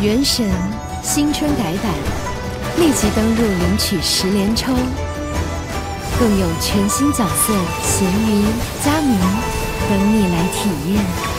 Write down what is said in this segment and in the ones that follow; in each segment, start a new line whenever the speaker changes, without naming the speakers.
原神新春改版，立即登录领取十连抽，更有全新角色咸鱼、佳明等你来体验。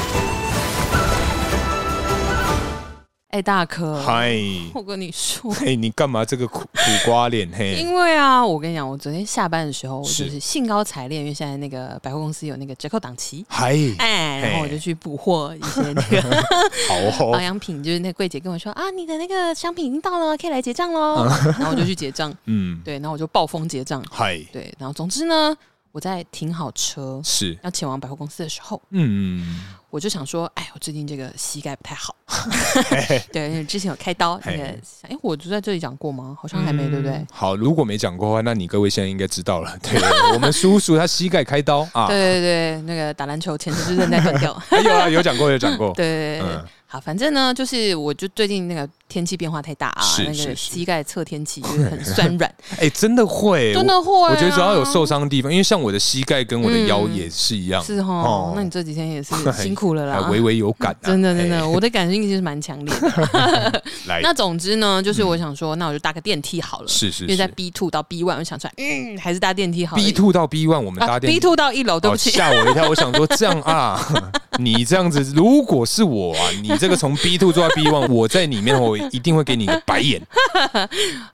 哎，大可，
嗨，
我跟你说，
嘿，你干嘛这个苦苦瓜脸？嘿，
因为啊，我跟你讲，我昨天下班的时候，我
是
就是兴高采烈，因为现在那个百货公司有那个折扣档期，
嗨，
哎，然后我就去补货一些那个
好
保
哦，
养品，就是那柜姐跟我说啊，你的那个商品已经到了，可以来结账喽。然后我就去结账，
嗯，
对，然后我就暴风结账，
嗨，
对，然后总之呢，我在停好车
是，
要前往百货公司的时候，
嗯，
我就想说，哎，我最近这个膝盖不太好， 对，因为之前有开刀，那个，
嘿
哎，我就在这里讲过吗？好像还没，对不对
嗯？？好，如果没讲过的话，那你各位现在应该知道了。对， 我们叔叔他膝盖开刀啊，
对对对，那个打篮球前十字韧带断 掉。
哎有啊，有讲过，有讲 过。
对对对对
嗯
好，反正呢，就是我就最近那个天气变化太大啊，
是
那个
是是
膝盖侧天 气就是很酸软，
哎，真的会，
真的会、啊嗯
我。我觉得只要有受。伤的地方，因为像我的膝盖跟我的腰也是一样，
是哦，那你这几天也 是辛苦了啦
哎还，微微有感啊。
真的真的，
哎，
我的感性其实蛮强 烈的。
来，
那总之呢，就是我想说，那我就搭个电梯好了，
嗯是是
因为在
是
B two 到 B one，我想说，嗯，还是搭电梯好了。
，B two 到 B one，我们
啊
搭电
，B
梯
two 到一楼，对不起
哦，吓、我一跳，我想说这样啊，你这样子，如果是我啊，你这个从 B two 做到 B one，我在里面，我一定会给你一个白眼。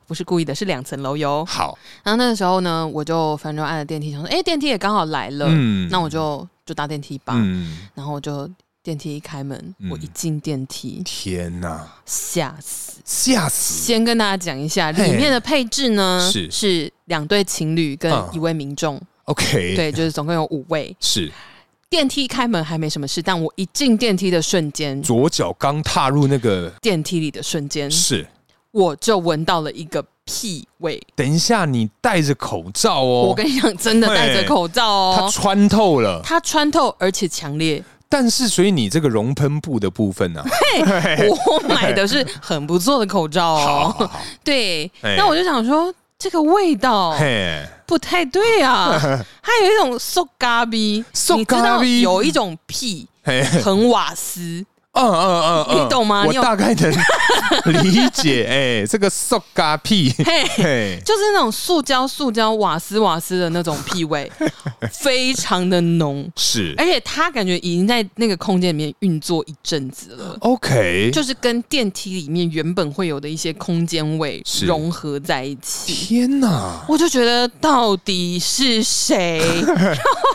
不是故意的，是两层楼哟。
好，
然后那个时候呢，我就反正就按了电梯，想说，哎、电梯也刚好来了，
嗯
那我就就搭电梯吧。
嗯，
然后我就电梯一开门，
嗯
我一进电梯
天哪、
吓死。
吓死！
先跟大家讲一下
嘿
里面的配置呢，
是
两对情侣跟
嗯
一位民众，
OK，，
对，就是总共有五位。
是
电梯开门还没什么事，但我一进电梯的瞬间，
左脚刚踏入那个
电梯里的瞬间，
是。
我就闻到了一个屁味。
等一下，你戴着口罩哦，
我跟你讲，真的戴着口罩
它
哦，
穿透了，
它穿透而且强烈。
但是所以你这个熔喷布的部分呢、啊，
我买的是很不错的口罩
好好
哦，
好，
对。
哎
那我就想说，这个味道
嘿，
不太对 啊，它有一种馊咖逼，
馊
你知道
咖逼
有一种屁
嘿，
很瓦斯，
嗯嗯嗯嗯，
你懂吗
我
你有
大概能 理解，哎、这个塑嘎屁，
嘿。
嘿，
就是那种塑胶、塑胶、瓦斯、瓦斯的那种屁味，非常的浓，
是、
而且它感觉已经在那个空间里面运作一阵子了。
o k
就是跟电梯里面原本会有的一些空间位
是
融合在一起。
天哪，
我就觉得到底是 谁？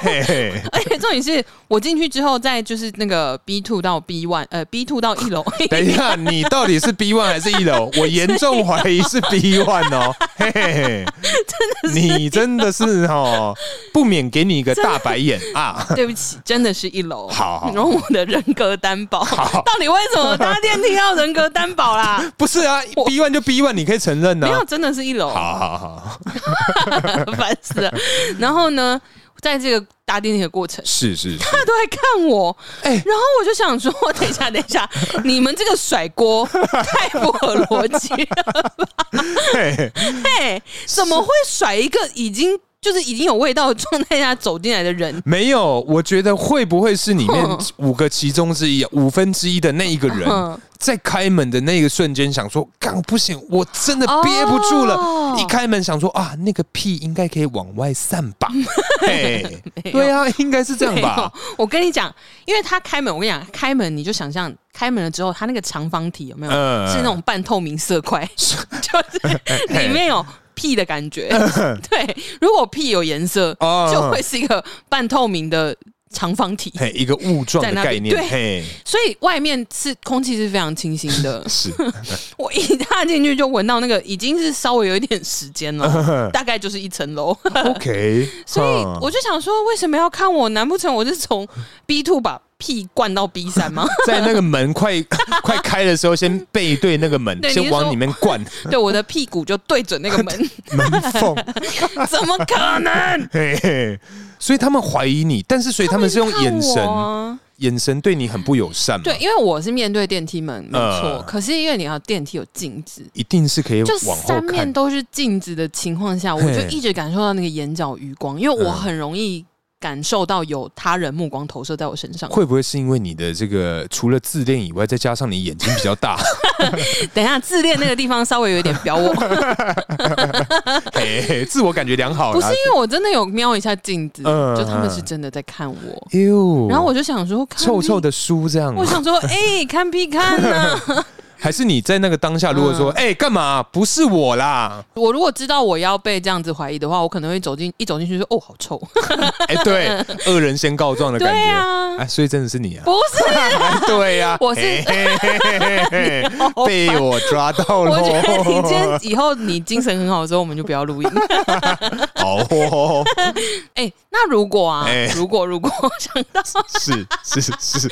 嘿嘿，
而且重点是我进去之后，在就是那个 B two 到 B one，呃，B two 到一 楼，
等一下，你到底是 B one 还是一楼？我严重怀疑是 B one 哦，嘿嘿，真的，你真的是哦，不免给你一个大白 眼啊！
对不起，真的是一楼。
好好
容我的人格担保。
好
到底为什么搭电梯要人格担保 啦？
不是啊
我
，B one 就 B one，你可以承认呢、
没有，
啊。
真的是一楼，
好好好，
烦死了。然后呢，在这个搭电梯的过程，
是是是，
他都在看我，
哎
然后我就想说， 等一下，等一下，你们这个甩 锅太不合逻辑了，
嘿
嘿，怎么会甩一个已经就是已经有味道的状态下走进来的人？
没有，我觉得会不会是里面
哼
五个其中之一、五分之一的那一个
哼
人，在开门的那个瞬间想说：“干，不行，我真的憋不住了。
哦
一开门想说：“啊，那个屁应该可以往外散 吧？”嘿，对啊，应该是这样吧？
没 有？我跟你讲，因为他开门，我跟你讲，开门你就想象开门了之后，它那个长方体有没有、
嗯
是那种半透明色块， 就是 里面有屁的感觉。对，如果屁有颜色，
哦
就会是一个半透明的长方体。
嘿，一个雾状
在
的
那
概
边
念，
对
嘿，。
所以外面是空气是非常清新的
是
我一踏进去就闻到那个已经是稍微有一点时间 了，大概就是一层楼。
OK 嗯哼。
所以我就想说，为什么要看我？难不成我是从 B two 把屁灌到 B 三 吗？
在那个门快 快开的时候，先背对那 个门，
对你
先
是
往
说
里面 灌
对，我的屁股就对准那个 门，
门缝。
怎么可能？
嘿嘿，所以他们怀疑你，但是所以他们是用眼神
看，我啊
眼神对你很不友善嘛？
对，，因为我是面对电梯门，没
呃
错。可是因为你要电梯有镜子，
一定是可以
就
往后
三面
看。
都是镜子的情况下，我
嘿嗯
就一直感受到那个眼角余光，因为我很容易感受到有他人目光投射在我身上。
会不会是因为你的这个除了自恋以外，再加上你眼睛比较 大？
等一下，自恋那个地方稍微有一 点表我，
嘿嘿自我感觉良好啦。
不是因为我真的有瞄一下镜子，
嗯
就他们是真的在看我。
哎呦，
然后我就想说，看
臭
屁
臭，的书这样，啊
我想 说，哎、看屁看啊呐、
还是你在那个当下，如果说
嗯
哎干、嘛不是我啦？
我如果知道我要被这样子怀疑的话，我可能会走进一走进去说，哦，好 臭。
哎、 对，恶人先告状的感觉。
对啊
哎，所以真的是你啊！
不是，
哎对呀、
我是
嘿嘿嘿嘿 嘿嘿
好
被我抓到了。
我觉得你今天以后你精神很好的时候，我们就不要录 音。
好哦，
哎、那如果啊，
哎
如果如果想到，
是是是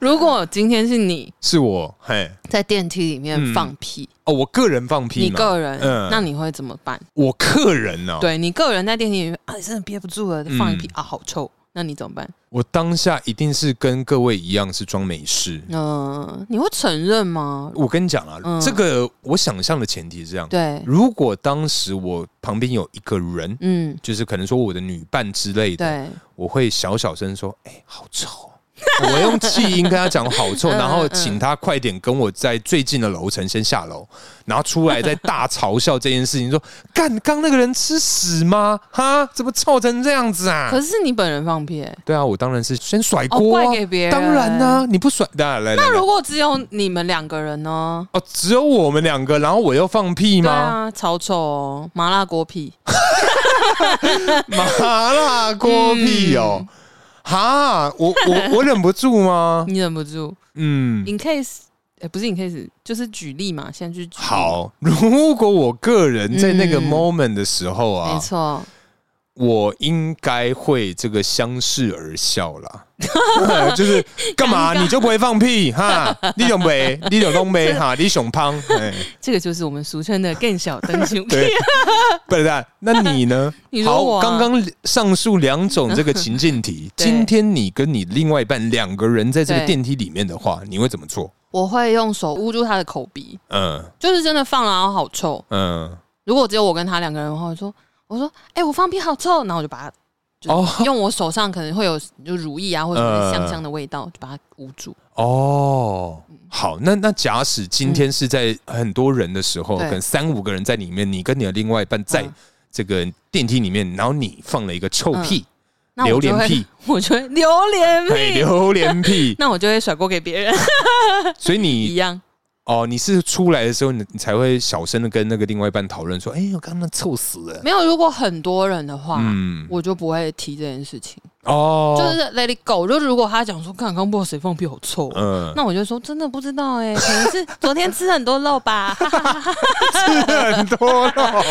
如果今天是你
是我，嘿，
在电梯里面
嗯
放屁，
哦，我个人放屁嘛，
你个人，
嗯
那你会怎么办？
我个人哦，，嗯
对你个人在电梯里面啊，你真的憋不住了，放一屁、啊，好臭，那你怎么办？
我当下一定是跟各位一样是装没事。
嗯、你会承认吗？
我跟你讲啊，
嗯
这个我想象的前提是这样：
对，
如果当时我旁边有一个人，
嗯，
就是可能说我的女伴之类的，
对，
我会小小声说：“哎、好臭。” 我用气音跟他讲好臭，
嗯
然后
嗯
请他快点跟我在最近的楼层先下楼，然后出来再大嘲笑这件事情，说：“干，刚那个人吃屎吗？哈，怎么臭成这样子啊
可是你本人放屁、欸，
对啊，我当然是先甩
哦，
锅、啊
怪给别人，
当然啦、。你不甩，当然来来
那
来
如果只有你们两个人呢？
哦，只有我们两个，然后我又放屁
对
吗？
啊，超臭哦，麻辣锅屁。
麻辣锅屁
嗯
哦！哈，我我我忍不住吗？
你忍不住。
嗯，
In case，哎、不是 in case，就是举例嘛，现在去举例。
好。如果我个人在那个
嗯
moment 的时候
没
啊，
错，
我应该会这个相视而笑 啦。呃就是干嘛
尴尬
你就不会放屁哈？你懂没？你懂东 北哈？你熊胖哎，
这个就是我们俗称的更小灯球。
对，不然那你呢？
你说我
好，
啊
刚刚上述两种这个情境题，
对
今天你跟你另外一半两个人在这个
对
电梯里面的话，你会怎么做？
我会用手捂住他的口鼻，
嗯
就是真的放了，然后好臭。
嗯，
如果只有我跟他两个人的话，我说，我说，哎、我放屁好臭，然后我就把它。就
哦
用我手上可能会有就如意啊，或者什
呃
么香香的味道，就把它捂住。
哦，
嗯
好，那那假使今天是在很多人的时候，
对
可能三五个人在里面，你跟你的另外一半在
嗯
这个电梯里面，然后你放了一个臭屁，
那我就
榴莲
会
屁，
我就会榴莲
嘿，
屁，，
榴莲屁
那我就会甩锅给别人，
所以
嗯一
你
样。
哦，你是出来的时候，你你才会小声的跟那个另外一半讨论说，哎、我刚刚那臭死了，
没有，如果很多人的话，
嗯，
我就不会提这件事情，
哦，
就是 let it go。就是如果他讲说，看刚不知道谁放屁好臭哦、
嗯，
那我就说真的不知道哎、可能是昨天吃很多肉吧。
很多了。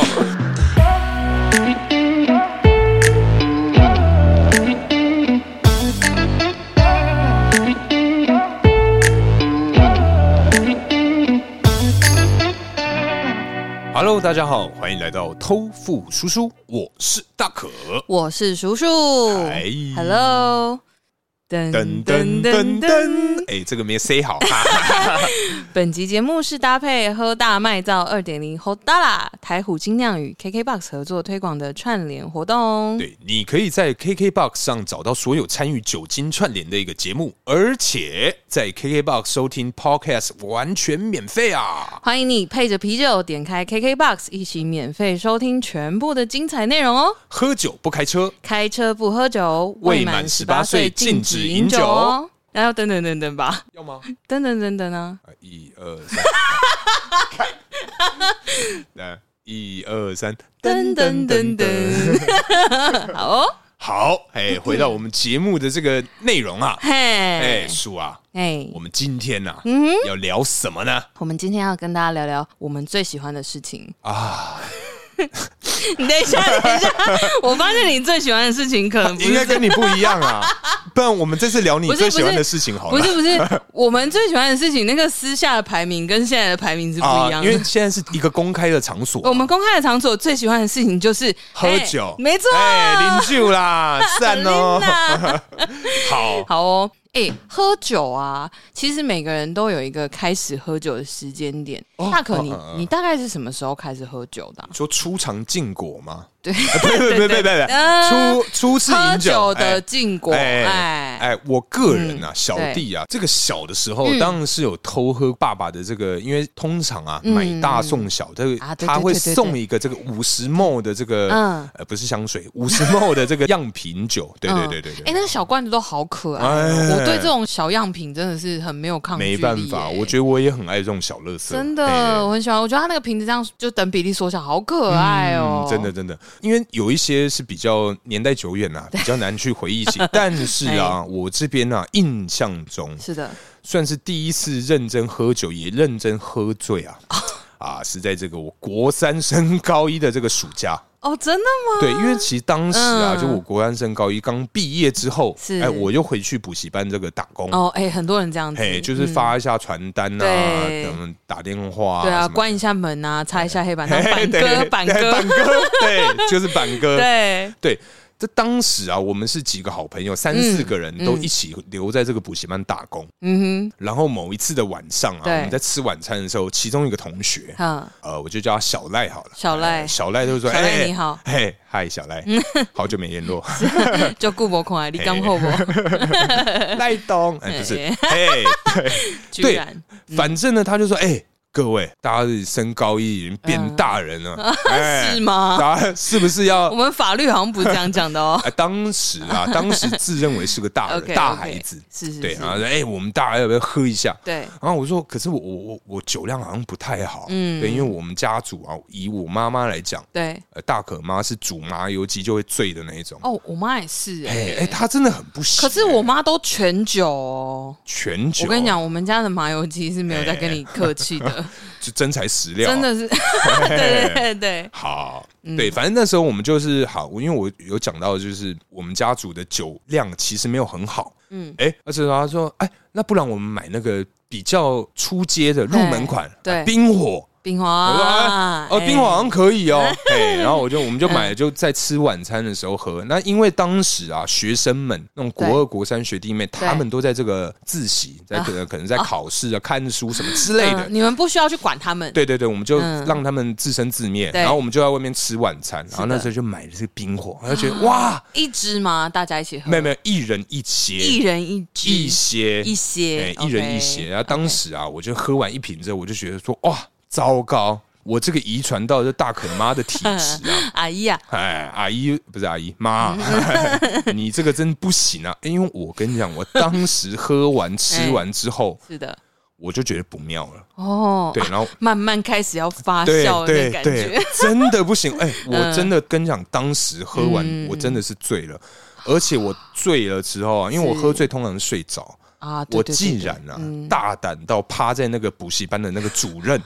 Hello，大家好，欢迎来到偷富叔叔，我是大可。
我是叔叔
哎
，Hello，噔
噔噔噔噔，。哎，这个没 say 好，哈哈
本集节目是搭配喝大麦造二点零 h o d a l a 台虎精酿与 KKBox 合作推广的串联活动。
对，你可以在 KKBOX 上找到所有参与酒精串联的一个节目，而且在 KKBOX 收听 Podcast 完全免费啊！
欢迎你配着啤酒点开 KKBox，一起免费收听全部的精彩内容哦。
喝酒不开车，
开车不喝酒，
未满18岁禁止饮酒哦。
那要哎等等等等吧，
要吗？
等等等等 啊！
啊一二 三，来，一二三，
噔
噔
噔
噔
噔
噔噔。
噔，好哦，
好，哎，回到我们节目的这个内容啊，
嘿，
哎，
哎
叔啊，
哎
我，们今天呐、
嗯哼，
要聊什么呢？
我们今天要跟大家聊聊我们最喜欢的事情。
啊，
你等一下， 等一下，我发现你最喜欢的事情可能嗯不
应该
是。
跟你不一样啊， 不然我们这次聊你
不是
最喜
不
欢
是
的事情好了。
不是不是，我们最喜欢的事情，那个私下的排名跟现在的排名是不一样
啊因为
的。
现在是一个公开的场所，
我们公开的场所最喜欢的事情就是
喝酒
哎没错，
哎，零 酒啦，散哦，
琳娜
好，
好哦，哎、喝酒啊，其实每个人都有一个开始喝酒的
哦嗯
时间点。大可你，你大概是什么时候开始喝酒的啊、
说出场禁果吗？哎
对，
不不不不不
呃
不，初初次
喝
饮
酒
哎
的禁果，
哎
哎，
哎，我个人啊，
嗯
小弟啊，这个小的时候
嗯
当然是有偷喝爸爸的这个，因为通常啊
嗯
买大送小，这个
啊对对
他会
对对对
送一个这个五十 ml 的这个
嗯
呃不是香水，五十 ml 的这个样品酒，对对对对
哎，
对。
那个小罐子都好可爱
哎
哦，我对这种小样品真的是很没有抗拒
没
力。
办法，
哎
我觉得我也很爱这种小乐色，
真的
哎
我很喜欢，我觉得它那个瓶子这样就等比例缩小，好可爱哦，
嗯，真的。真的，因为有一些是比较年代久远啊，比较难去 回忆起。但是
哎
啊，我这边啊，印象中
是的，
算是第一次认真喝酒，也认真喝醉啊。
哦
啊，是在这个我国三升高一的这个暑假，
哦，真的吗？
对，因为其实当时啊，
嗯
就我国三升高一刚毕业之后，
是
哎，我又回去补习班这个打工，
哦，哎，很多人这样子
嗯嘿，，就是
嗯
发一下传单啊，
对
等打电话
对啊，
什么
关一下门啊，擦一下黑板，然后
嘿
板
对
哥，
对
板
对
哥
板，哥，对， 就是板哥，
对，
对，这当时啊，我们是几个好朋友，三四个人
嗯
都一起留在这个补习班打工。
嗯
然后某一次的晚上啊，我
对
们在吃晚餐的时候，其中一个同学
哼，，哈，
呃，我就叫他小赖好了。
小赖
呃小赖就说：“
小赖
哎
你好
嘿，嗨，小 赖，好久没联络，
就顾博孔啊，你刚后博，
赖东， 哎，不是，
哎 嗯
哎，
居然
反正呢，他就说，哎、各位，大家升高一已经变大人了，哎
嗯 是吗
大家是不是要。
我们法律好像不是这样讲的哦
啊，当时 啊，当时自认为是个大人
OK，
大孩子，
是是
对，
是
然后说哎、我们大家要不要喝一下？
对，
然后我说，可是我我我我酒量好像不太好，
嗯
对，因为我们家族啊，以我妈妈来讲，
对，
呃，大可妈是煮麻油鸡就会醉的那一种，
哦，我妈也是哎、
哎哎，她真的很不行。
可是我妈都全酒哦。
全酒，
我跟你，讲，我们家的麻油鸡是没有在跟你客气的，
就真材实料啊，
真的是，对对
啊
对 对，
好，
嗯
对，反正那时候我们就是好，因为我有讲到，就是我们家族的酒量其实没有很好，嗯
嗯，
哎、而且他说，哎，那不然我们买那个比较出街的入门款，
对哎
啊冰火。
冰
我说
花
啊，哦，冰火好像可 以哦，哎，然后我就我们就买，就在吃晚餐的时候
嗯
喝。那因为当时啊，学生们那种国二、国三学弟妹，他们都在这个自习，在可能可能在考试啊、看书什么之类的
啊嗯，你们不需要去管他们，
对对对，我们就
嗯
让他们自生自灭，
对
然后我们就在外面吃晚餐，然后那时候就买了这个冰火，然后觉得哇，
一支嘛，大家一起喝，
没有没有，一人一些，
一人一支，
一些
一些
哎，一人一
OK，
些。然后当时啊，我就喝完一瓶之后，我就觉得说哇，糟糕，我这个遗传到这大可妈的体 质啊。
阿姨啊，
哎，阿姨不是阿 姨妈，你这个真不行啊！因为我跟你讲，我当时喝完吃完之后，
是的，
我就觉得不妙了。
哦，
对，然后
慢慢开始要发
对
酵啊的那
对
感
对
觉，，
真的不行。哎、我
嗯
真的跟你讲，当时喝完、我真的是醉了，而且我醉了之后啊，因为我
是
喝醉通常是睡着，
啊，对
我
对对
竟
对
然啊、
嗯
大胆到趴在那个补习班的那个主任，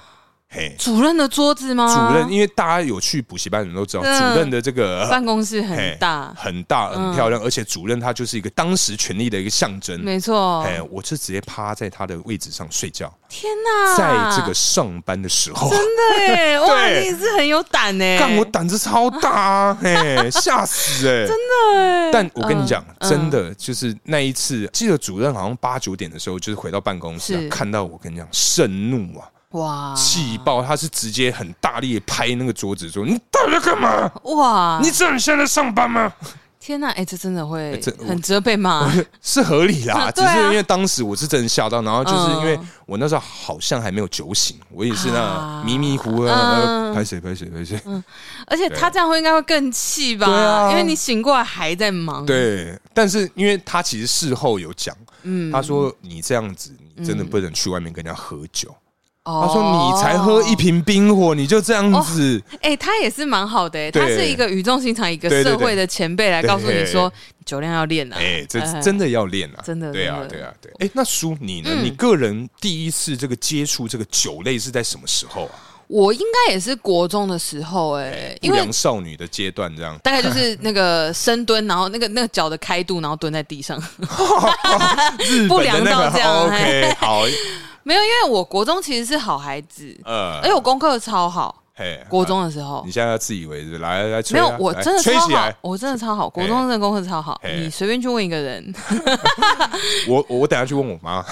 嘿。
主任的桌子吗？
主任，因为大家有去补习班的人都知道，
啊嗯
主任的这个
办公室
嘿
很大，嗯
很大，很漂亮，而且主任他就是一个当时权力的一个象征。
没错，
哎，我就直接趴在他的位置上睡觉，
天哪，
在这个上班的时候，
啊真的 耶，哇，
对
你是很有胆哎，
干我胆子超大、啊，嘿，吓死 哎、真的、但我跟你讲，
欸嗯
真的就是那一次，记得主任好像八九点的时候，就是回到办公室、啊
是，
看到我跟你讲，盛怒啊，
哇
气爆，他是直接很大力地拍那个桌子说：“你到底在干嘛？
哦哇
你，知道你现在在上班吗
天哪，哎，这真的会
这
很值得被骂，？”
是合理啦，
啊
只
对啊
是因为当时我是真的吓到，然后就是
嗯
因为我那时候好像还没有酒醒，我也是那
啊
迷迷糊糊的，呃
嗯
拍谁拍谁拍谁，
而且他这样会应该会更气吧？
对啊
因为你醒过来还在忙，，
对，但是因为他其实事后有讲，
嗯
他说你这样子，你真的不能去外面跟人家喝酒。
哦
他说你才喝一。瓶冰火，你就这样子，
哎、他也是蛮好的、哎，
对
他是一个语重心长、一个
对对对
社会的前辈来告诉你说
对
酒量要练啊。
哎，这
哎
真的要练啊，
真的
对啊，
真的嗯
对啊，对。哎，那叔你呢？你个人第一次这个接触这个酒类是在什么时候啊？
我应该也是国中的时候、哎，
不
因为，
良少女的阶段这样
大概就是那个深蹲，然后那个那个脚的开度，然后蹲在地上，
日
不
本的
良
那
到
个哦
这样
OK，好，
没有，因为我国中其实是好孩子，而
呃
且，我功课超好，
嘿，
国中的时候
你，现在要自以为是，来来来吹
没
啊，
有，我
来
真的
吹
超
起
好
来，。
我真的超好，国中真的功课超好。
嘿
你随便去问一个 人，
我我我等下去问我妈，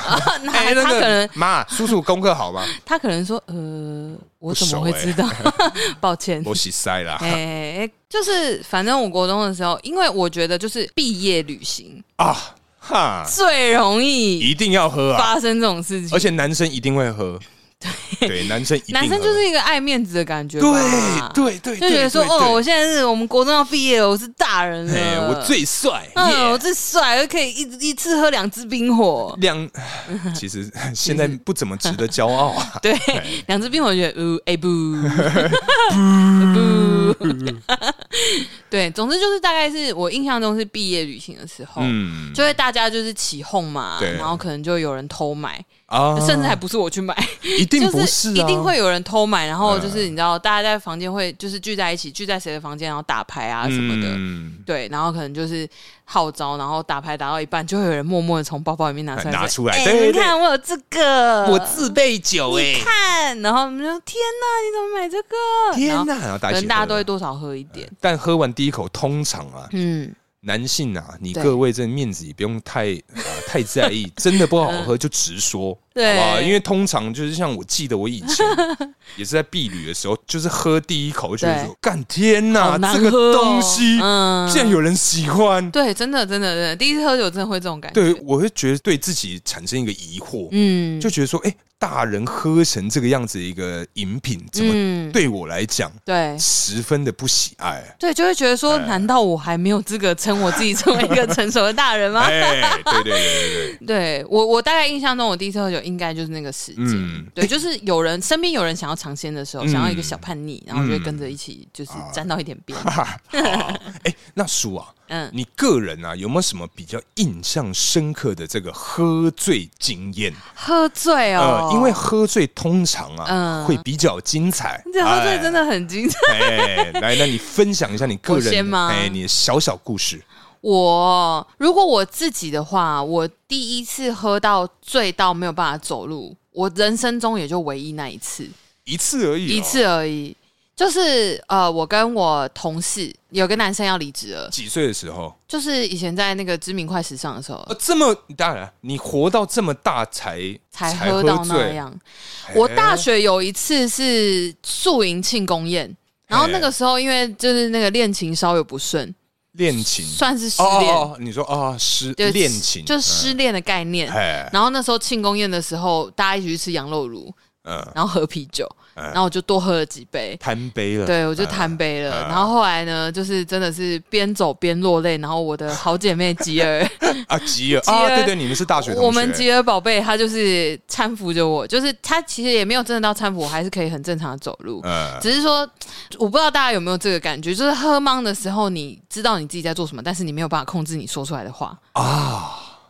那
哎真
他可能
的妈，叔叔功课好 吗？
他可能说，呃，我怎么
熟
会
欸
知道？ 抱歉。
我洗塞啦
哎、 就是反正我国中的时候，因为我觉得就是毕业旅行
啊哈，
最容易
一定要喝啊！
发生这种事情，
而且男生一定会喝，对，男生一定
男生
喝
就是一个爱面子的感觉吧，
对对对，
就觉得说
对
哦，我，现在是我们国中要毕业了，我是大人
对嘿，
了，
我最帅，
嗯，我
耶，
最帅，我可以一一次喝两支冰火。
两，其实现在不怎么值得骄傲啊
对，两支冰火，我觉得呜哎 不哎不， 对，总之就是大概是我印象中是毕业旅行的时候，
嗯
哦就会大家就是起哄嘛，
对
然后可能就有人偷买，
啊
甚至还不是我去买，
一定不
就是
啊，嗯
一定会有人偷买，然后就是你知道，大家在房间会就是聚在一起，聚在谁的房间，然后打牌啊什么的。
嗯
对，然后可能就是号召，然后打牌打到一半，就会有人默默的从包包里面拿出来说，
拿出来
哎
对对
你
对
看我有这个，
备酒哎
你看，然后我们就天哪，你怎么买这个？
天
然后
哪，然后大
可
家
能
一起
大家
喝
都会多少喝一点，
但喝完第一口，通常啊，
嗯，
男性啊，你
对
各位这面子也不用太 啊、太在意，真的不好喝就直说，
嗯对
好不好？因为通常就是像我记得我以前 也是在避旅的时候，就是喝第一口就
对
是说，干天
好
哪，
难
这个
喝哦
东西、
嗯
竟然有人喜欢，
对，真的真的真的，第一次喝酒真的会这种感觉，
对我会觉得对自己产生一个疑惑，
嗯，
就觉得说，哎、大人喝成这个样子的一个饮品，怎么
嗯，
对我来讲、
对。
十分的不喜 爱？
对，就会觉得说，
哎
难道我还没有资格称我自己成为一个 成熟的大人吗？
哎、对对对对对。
对我，我大概印象中，我第一次喝酒应该就是那个时间。
嗯
对，就是有人身边有人想要尝鲜的时候，
嗯
想要一个小叛逆，然后就会跟着一起，就是沾到一点边。
哎、那叔啊，
嗯，
你个人啊有没有什么比较印象深刻的这个喝醉经验？
喝醉哦，
呃，因为 喝醉通常啊、
嗯
会比较精彩。
这喝醉真
的。
的很精彩。
哎，来，那你分享一下你个
我先
人
吗
哎，你的小小故事。
我如果我自己的话，我第一次喝到醉到没有办法走路，我人生中也就唯一那一次。
一次而已、哦
一。次而已。就是呃，我跟我同事有个男生要离职了，
几岁的时候？
就是以前在那个知名快时尚的时候
呃，这么当然，你活到这么大才
才
喝
喝到那
醉
样。
哎
我大学有一次是宿营庆功宴，然后那个时候因为就是那个恋情稍有不顺，
恋情
算是失
哦
恋，
哦，哦你说哦，失
对
恋情嗯
就失恋的概念。
哎
然后那时候庆功宴的时候，大家一起去吃羊肉炉，
嗯
然后喝啤酒，然后我就多喝了几杯，
贪杯了，
对，我就
嗯
贪杯了。然后后来呢，就是真的是边走边落泪。然后我的好姐妹吉儿，
啊，吉尔
尔
啊，对对，你们是大学同学，
我们吉儿宝贝，她就是搀扶着我，就是她其实也没有真的到搀扶，我还是可以很正常的走路。
呃，
只是说，我不知道大家有没有这个感觉，就是喝懵的时候，你知道你自己在做什么，但是你没有办法控制你说出来的话啊，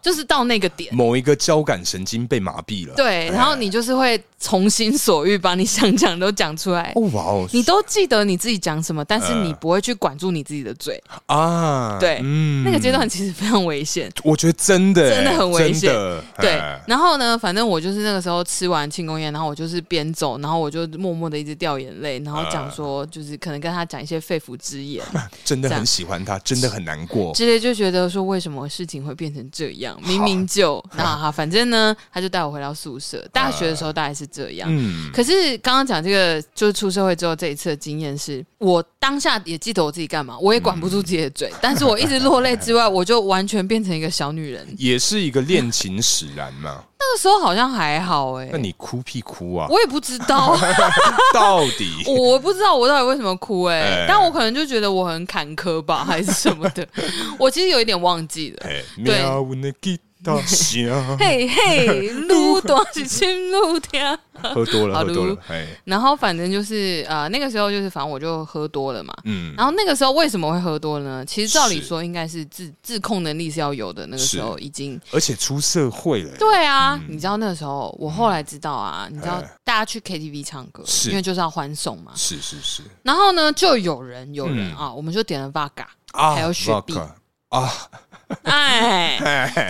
就是到那个点，
某一个交感神经被麻痹了。，
对，然后你就是会从心所欲把你想讲都讲出来，
哦哇哦，
你都记得你自己讲什么，但是
呃
你不会去管住你自己的嘴，
啊，
对
嗯
那个阶，段其实非常危险。
我觉得真的欸
真的很危险
真的
对
哎，
然后呢，反正我就是那个时候吃完庆功宴，然后我就是边走，然后我就默默的一直掉眼泪，然后
啊
讲说，就是可能跟他讲一些肺腑之言
真的
这样
很喜欢他，真的很难过。
之类，就觉得说为什么事情会变成这样，明明就那哈，反正呢，他就带我回到宿舍。大学的时候大概啊是这样，
嗯，
可是刚刚讲这个，就是出社会之后这一次的经验是，我当下也记得我自己干嘛，我也管不住自己的 嘴，但是我一直落泪之外，我就完全变成一个小女人。
也是一个恋情使然 嘛。
那个时候好像还好哎、
那你哭屁哭啊？
我也不知道，
到底
我我不知道我到底为什么哭哎、
哎
但我可能就觉得我很坎坷吧，还是什么的， 我其实有一点忘记了。
哎，喵呜那吉 他响，
嘿嘿，路多是新路听。
喝多了，
好
喝多
噜
了，哎，
然后反正就是呃，那个时候就是反正我就喝多了嘛。
嗯
然，后那个时候为什么会喝多呢？其实照理
是
说应该是自自控能力是要有的。那个时
是
候已经
而且出社会了，
对啊，你知道那个时候我后来知道啊，你知道
嗯哎
大家去 KTV 唱歌，
是
因为就是要欢送嘛。
是是是
然后呢，就有人有人
嗯
啊，我们就点了 v o d a
啊
还有雪碧
vodka 啊啊，
哎，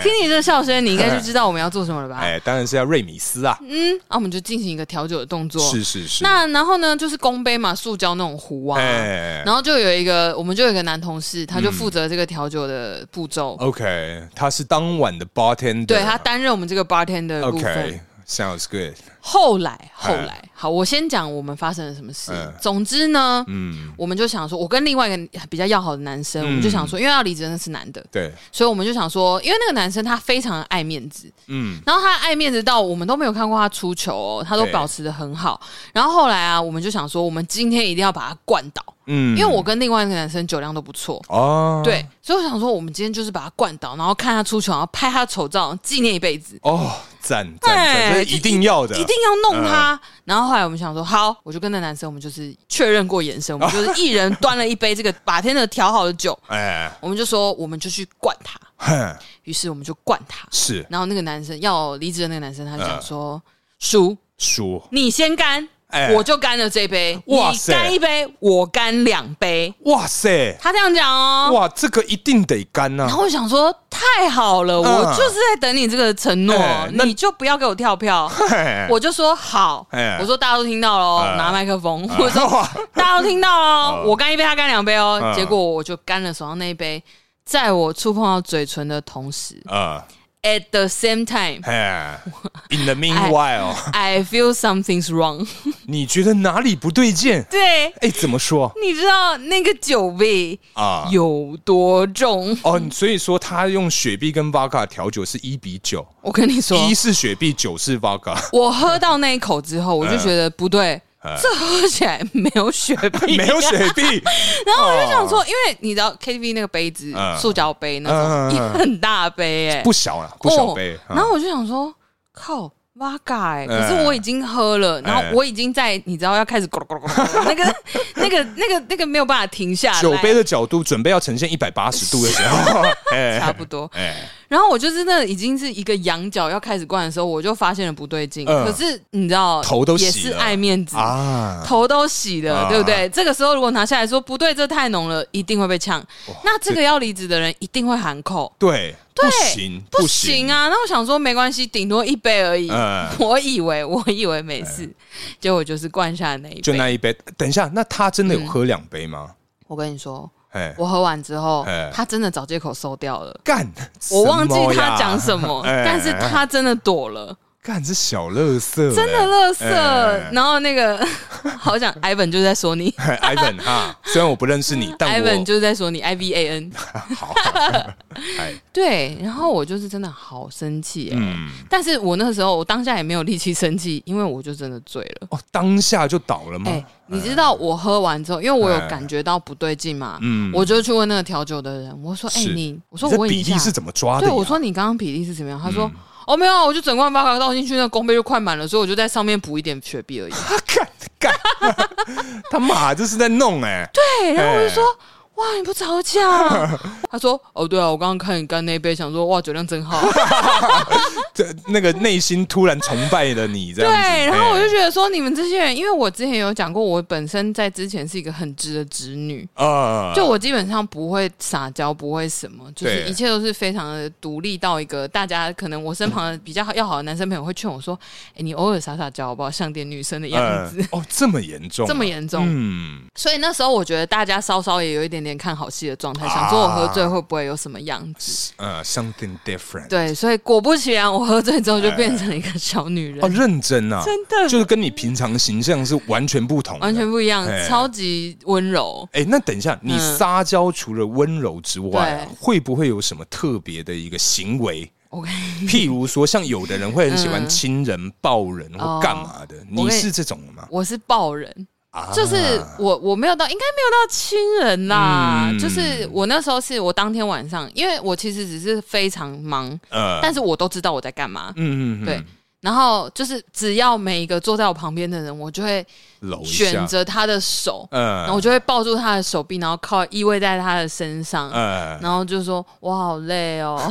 听你这笑声，你应该就知道我们要做什么了吧？
哎，当然是要瑞米斯啊，
啊嗯，那、我们就进行一个调酒的动作。
是是是，
那然后呢，就是公杯嘛，塑胶那种壶啊。
哎
然后就有一个，我们就有一个男同事，他就负责这个调酒的步骤，
嗯，OK，他是当晚的 bartender，
对他担任我们这个 bartender 的部分。
OK，sounds good，
后来，后
哎
来，好，我先讲我们发生了什么事
哎。
总之呢，
嗯，
我们就想说，我跟另外一个比较要好的男生，我们就想
嗯
说，因为要离职的那是男的，
对，
所以我们就想说，因为那个男生他非常爱面子，
嗯，
然后他爱面子到我们都没有看过他出球哦，他都
对
保持的很好。然后后来啊，我们就想说，我们今天一定要把他灌倒，
嗯，
因为我跟另外一个男生酒量都不错。
哦，
对，所以我想说，我们今天就是把他灌倒，然后看他出球，然后拍他丑照，纪念一辈子，
哦，赞赞赞，
哎
这是一定要的，
一定要弄他。
嗯
然后后来我们想说，好，我就跟那男生，我们就是确认过眼神，我们就是一人端了一杯这个把天的调好的酒，
哎，
我们就说，我们就去灌他。
哼，
于是我们就灌他，
是
然后那个男生要离职的那个男生，他就
嗯
想说：“叔、
说，
你先干，
哎
我就干了这杯。
哇
你
塞
干一杯，我干两杯。
哇塞”，
他这样讲哦。
哇，这个一定得干啊呐
然，后我想说，太好了，我就是在等你这个承诺
嗯哎，那
你就不要给我跳 票。
嘿
我就说好
哎，
我说大家都听到喽，
哎
拿麦克风，我说
哇
大家都听到 喽，我干一杯，他干两杯哦。
嗯
结果我就干了手上那一杯，在我触碰到嘴唇的同时
啊，
，at the same time。
哎 ，In the meanwhile，
I feel something's wrong 。
你觉得哪里不对劲？
对，
哎，怎么说
你知道那个酒味
啊？
有多重？
哦，所以说他用雪碧跟 vodka 调酒是一比九，
我跟你说，
一是雪碧，九是 vodka，
我喝到那一口之后，我就觉
哎
得不对，这喝起来没有 雪碧，
没有雪碧。
然后我就想说，因为你知道 KTV 那个杯子，
哦嗯
塑胶杯那
嗯嗯嗯
种，一很大杯、哎，
不小了，不小杯
哦。
嗯
然后我就想说，靠。哇嘎哎！可
哎
是我已经喝了，然后
哎
我已经在你知道要开始咕噜咕噜咕噜咕噜，那个、 那个、那个、那个没有办法停下来，
酒杯的角度准备要呈现一百八十度的时 候，哎
差不多。
哎，
然后我就真的已经是一个羊角要开始灌的时候，我就发现了不对劲。
嗯
可是你知道，
头都洗
也
了
是爱面子，
啊，
头都洗了，
啊
对不对？这个时候如果拿下来说不对，这太浓了，一定会被呛。那这个要离职的人一定会喊口。
对，
对
不行，
不行！啊！那我想说没关系，顶多一杯而已。
嗯
我以为我以为没事，结果就是灌下的那一
就
杯。
那一杯，等一下，那他真的有喝两杯吗？
我跟你说，
哎，
嗯我喝完之后
哎，
他真的找借口收掉了。
干，
我忘记
什么呀
他讲什么，
哎
但是他真的躲了。
干这小乐色，
真的乐色。
哎
然后那个 好想 Ivan 就是在说你
哎 Ivan 哈，虽然我不认识 你， 但我
，Ivan 就是在说你 I V A N。
好，哎，
对，然后我就是真的好生气、哎
嗯，
但是我那个时候我当下也没有力气生气，因为我就真的醉了。
哦，当下就倒了
哎、
吗？
你知道我喝完之后，因为我有
哎
感觉到不对劲嘛，
嗯
我就去问那个调酒的人，我说：“哎、
是
你，我说
你
我
这
问一
比
下
例，是怎么抓的
对，
呀？嗯
我说你刚刚比例是怎么样？”他说：“哦，没有啊，我就整罐八嘎倒进去，那公杯就快满了，所以我就在上面补一点雪碧 而已。”
他干干，他妈这是在弄哎，对，
对，然后我就说。哇，你不早 讲？他说：“哦，对啊，我刚刚看你干那一杯，想说哇，酒量真 好。
哎这那个内心突然崇拜了你这
对
样
然
子，，
后我就
哎
觉得说，你们这些人，因为我之前有讲过，我本身在之前是一个很直的直女，
啊
就我基本上不会撒娇，不会什么，就是
对
一切都是非常的独立到一个大家可能我身旁的比较要好的男生朋友会劝我说：，哎，你偶尔撒撒娇好不好，像点女生的样子。
嗯哦，这么严 重啊，
这么严重，
嗯，
所以那时候我觉得大家稍稍也有一点点看好戏的状态，想说我喝醉会不会有什么样子？
呃，something different，，
对，所以果不其然，我喝醉之后就变成了一个小女人，
哦，认真啊，
真的
就是跟你平常形象是完全不同，
完全。不一样，
哎
超级温柔。
哎，那等一下，你
嗯
撒娇除了温柔之外啊、
对
会不会有什么特别的一个行 为？
OK，
譬如说，像有的人会很喜欢
嗯哦
亲人、抱人或干嘛的，
我
你
跟你
是这种的吗？
我是抱人，
啊
就是我我没有到，应该没有到亲人啦，
嗯
就是我那时候是我当天晚上，因为我其实只是非常忙，
呃
但是我都知道我在干嘛。
嗯嗯嗯，
对，然后就是只要每一个坐在我旁边的人，我就会
搂一下，
选择他的手，然后
呃
我就会抱住他的手臂，然后靠依偎在他的身上，
呃，
然后就说我好累哦，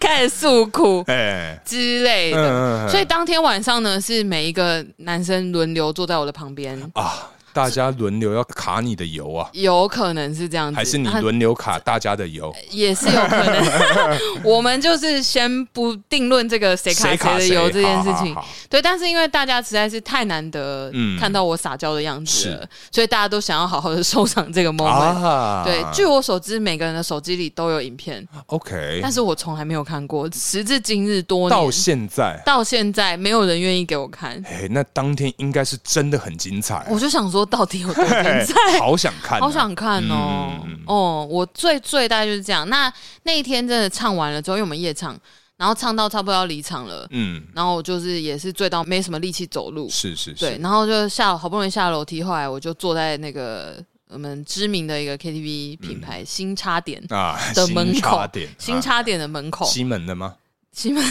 开始诉苦
哎，
之类
嗯嗯
的。
嗯
所以当天晚上呢，是每一个男生轮流坐在我的旁边。
啊，大家轮流要卡你的油啊，
有可能是这样子，
还是你
啊
轮流卡大家的油？
也是有可 能。我们就是先不定论这个谁卡
卡
谁的油这件事情
好好，好
对。但是因为大家实在是太难得
嗯
看到我撒娇的样子了，所以大家都想要好好的 收藏这个 moment。
啊
对，据我所知，每个人的手机里都有影片，
OK，
但是我从来没有看过。时至今日，多
到
年
现在，
到现在，没有人愿意给我 看。
哎，那当天应该是真的很精彩啊，
我就想说，到底有多 精
哎
彩？
好想看啊，
好想看哦！
嗯
哦，我最最大概就是这样。那那一天真的唱完了之后，因为我们夜唱，然后唱到差不多要离场了，
嗯，
然后我就是也是醉到没什么力气走路，
是是是，
对，然后就下好不容易下楼梯，后来我就坐在那个我们知名的一个 KTV 品牌、新插点
嗯啊，
的门
新
口
茶点，，
新
啊
插点的门口，
西门的吗
新门，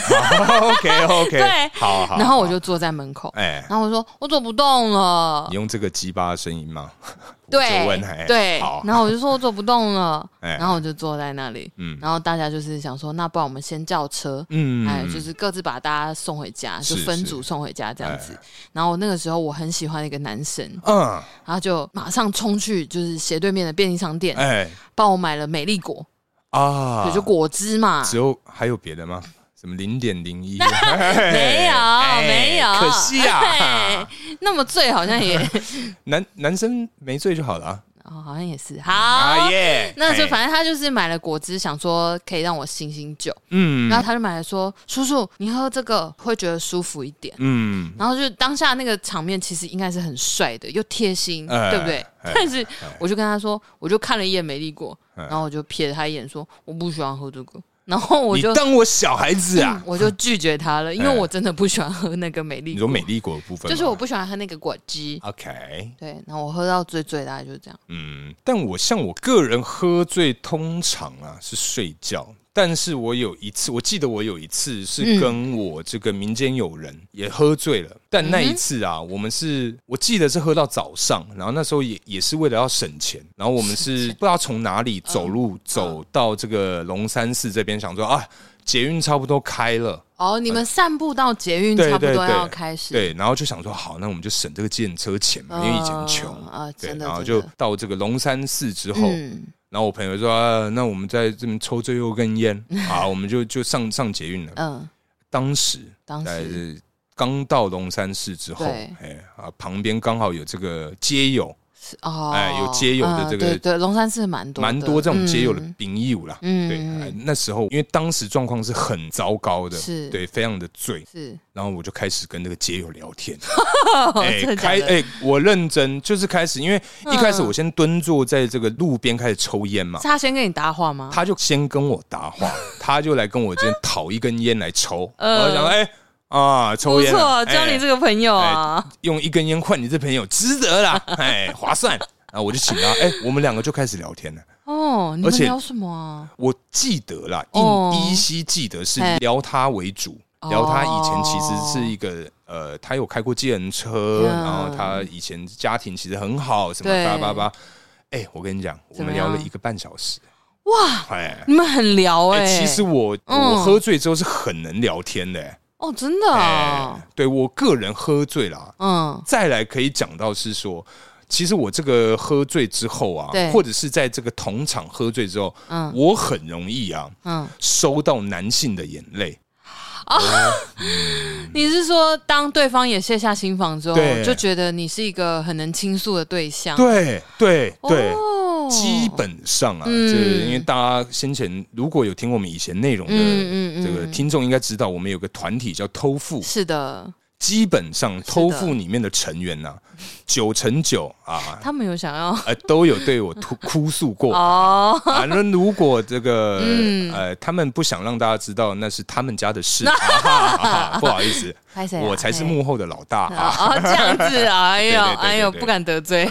？OK OK，
对
好 好。
然后我
好
就坐在门口，
哎，
然后我说我走不动了
你，用这个鸡巴的声音吗？我就问哎
对对
好，
然后我就说我走不动了，
哎
然后我就坐在那里，
嗯
然后大家就是想说，那不然我们先叫车，
嗯
哎，就是各自把大家送回家，就是分
是哎
组送回家这样子。然后那个时候我很喜欢一个男生，
嗯，
然后就马上冲去就是斜对面的便利商店，
哎
帮我买了美丽果，
啊，
对，就果汁嘛，
只有还有别的吗？什么零点 零一？哎
没有没有，
可惜
哎
啊。
那么醉好像 也
男男生没醉就好了啊
哦好像也是
啊
好。
耶！
那就
哎
反正他就是买了果汁，想说可以让我醒醒酒，
嗯
然后他就买来说：“叔叔，你喝这个会觉得舒服一点。
嗯”
然后就是当下那个场面，其实应该是很帅的，又贴心，
哎
对不对？
哎
但是我就跟他说，我就看了一眼美丽果，
哎
然后我就瞥了他一眼说：“我不喜欢喝这个。”然后我
你
就
当我小孩子啊？
我就拒绝他了，因为
哎
我真的不喜欢喝那个美丽
你
果，
说美丽果的部 分吗，
嗯就是我不喜欢喝那个果汁。
OK，
对，然后我喝到最醉，大概就是这样。
嗯，但我像我个人喝醉，通常啊是睡觉。但是我有一次，我记得我有一次是跟我这个民间友人也喝醉了，但那一次啊，我们是我记得是喝到早上，然后那时候也也是为了要省钱，然后我们是不知道从哪里走路
嗯
走到这个龙山寺这边，想说啊，捷运差不多开了，
哦，你们散步到捷运
哎对
差不
对
多
对
要开始，
对，然后就想说好，那我们就省这个电车钱嘛，因为以前穷
嗯啊
对，
真的
然后
真
就
的
到这个龙山寺之后，
嗯，
然后我朋友说、啊那我们在这边抽最后一根 烟啊，我们就就上上捷运了。
嗯
当时
当时
大概是刚到龙山寺之后，
对
哎啊，旁边刚好有这个街友，
是哦，
哎有街友的
嗯
这个
对对，龙山寺蛮多的，
蛮多这种街友的
嗯
朋友啦。
嗯
对、
嗯
哎那时候因为当时状况是很糟糕的，
是
对，非常的醉，
是
然后我就开始跟那个街友聊天。
哦
哎、
真的假
开
的嗯
哎、我认真就是开始，因为一开始我先蹲坐在这个路边开始抽烟嘛
是，他先跟你搭话吗？
他就先跟我搭话，他就来跟我这边讨一根烟来抽，
嗯
我就想说，哎、啊，抽
不
烟啊、
错，交你
哎
这个朋友啊，
用一根烟换你这朋友，值得啦，哎，划算。然后我就请他，哎、我们两个就开始聊天了。
哦，你
哎
们
而且
聊什么啊？
我记得啦，
哦
依依稀记得是
哎
聊他为主，
哦
聊他以前其实是一个呃，他有开过计程车，
嗯
然后他以前家庭其实很好，什么
对
叭叭叭。哎、我跟你讲，我
怎么
们
样
聊了一个半小时，
哇，
哎、
你们很聊
哎、
哎，
其实我、
嗯
我喝醉之后是很能聊天的、哎
哦，真的啊，
对我个人喝醉啦，
嗯，
再来可以讲到是说，其实我这个喝醉之后啊
对，
或者是在这个同场喝醉之后，
嗯
我很容易啊
嗯，
收到男性的眼泪。
你是说当对方也卸下心防之后，
对
就觉得你是一个很能倾诉的对象？
对对对。
啊哦，
基本上啊，
嗯
就是因为大家先前如果有听我们以前内容
嗯嗯
的
嗯
这个听众，应该知道我们有个团体叫偷富，
是的，
基本上偷富里面的成员呐、九成九啊，
他们有想要
呃，都有对我哭哭诉过
哦，
啊，那如果这个、
嗯
呃，他们不想让大家知道那是他们家的 事，啊哈哈哈不好意思，
拍谁啊？
我才是幕后的老大
哎。
啊！
啊，这样子， 哎呦，
对对对对
哎呦，
对
不敢得 罪。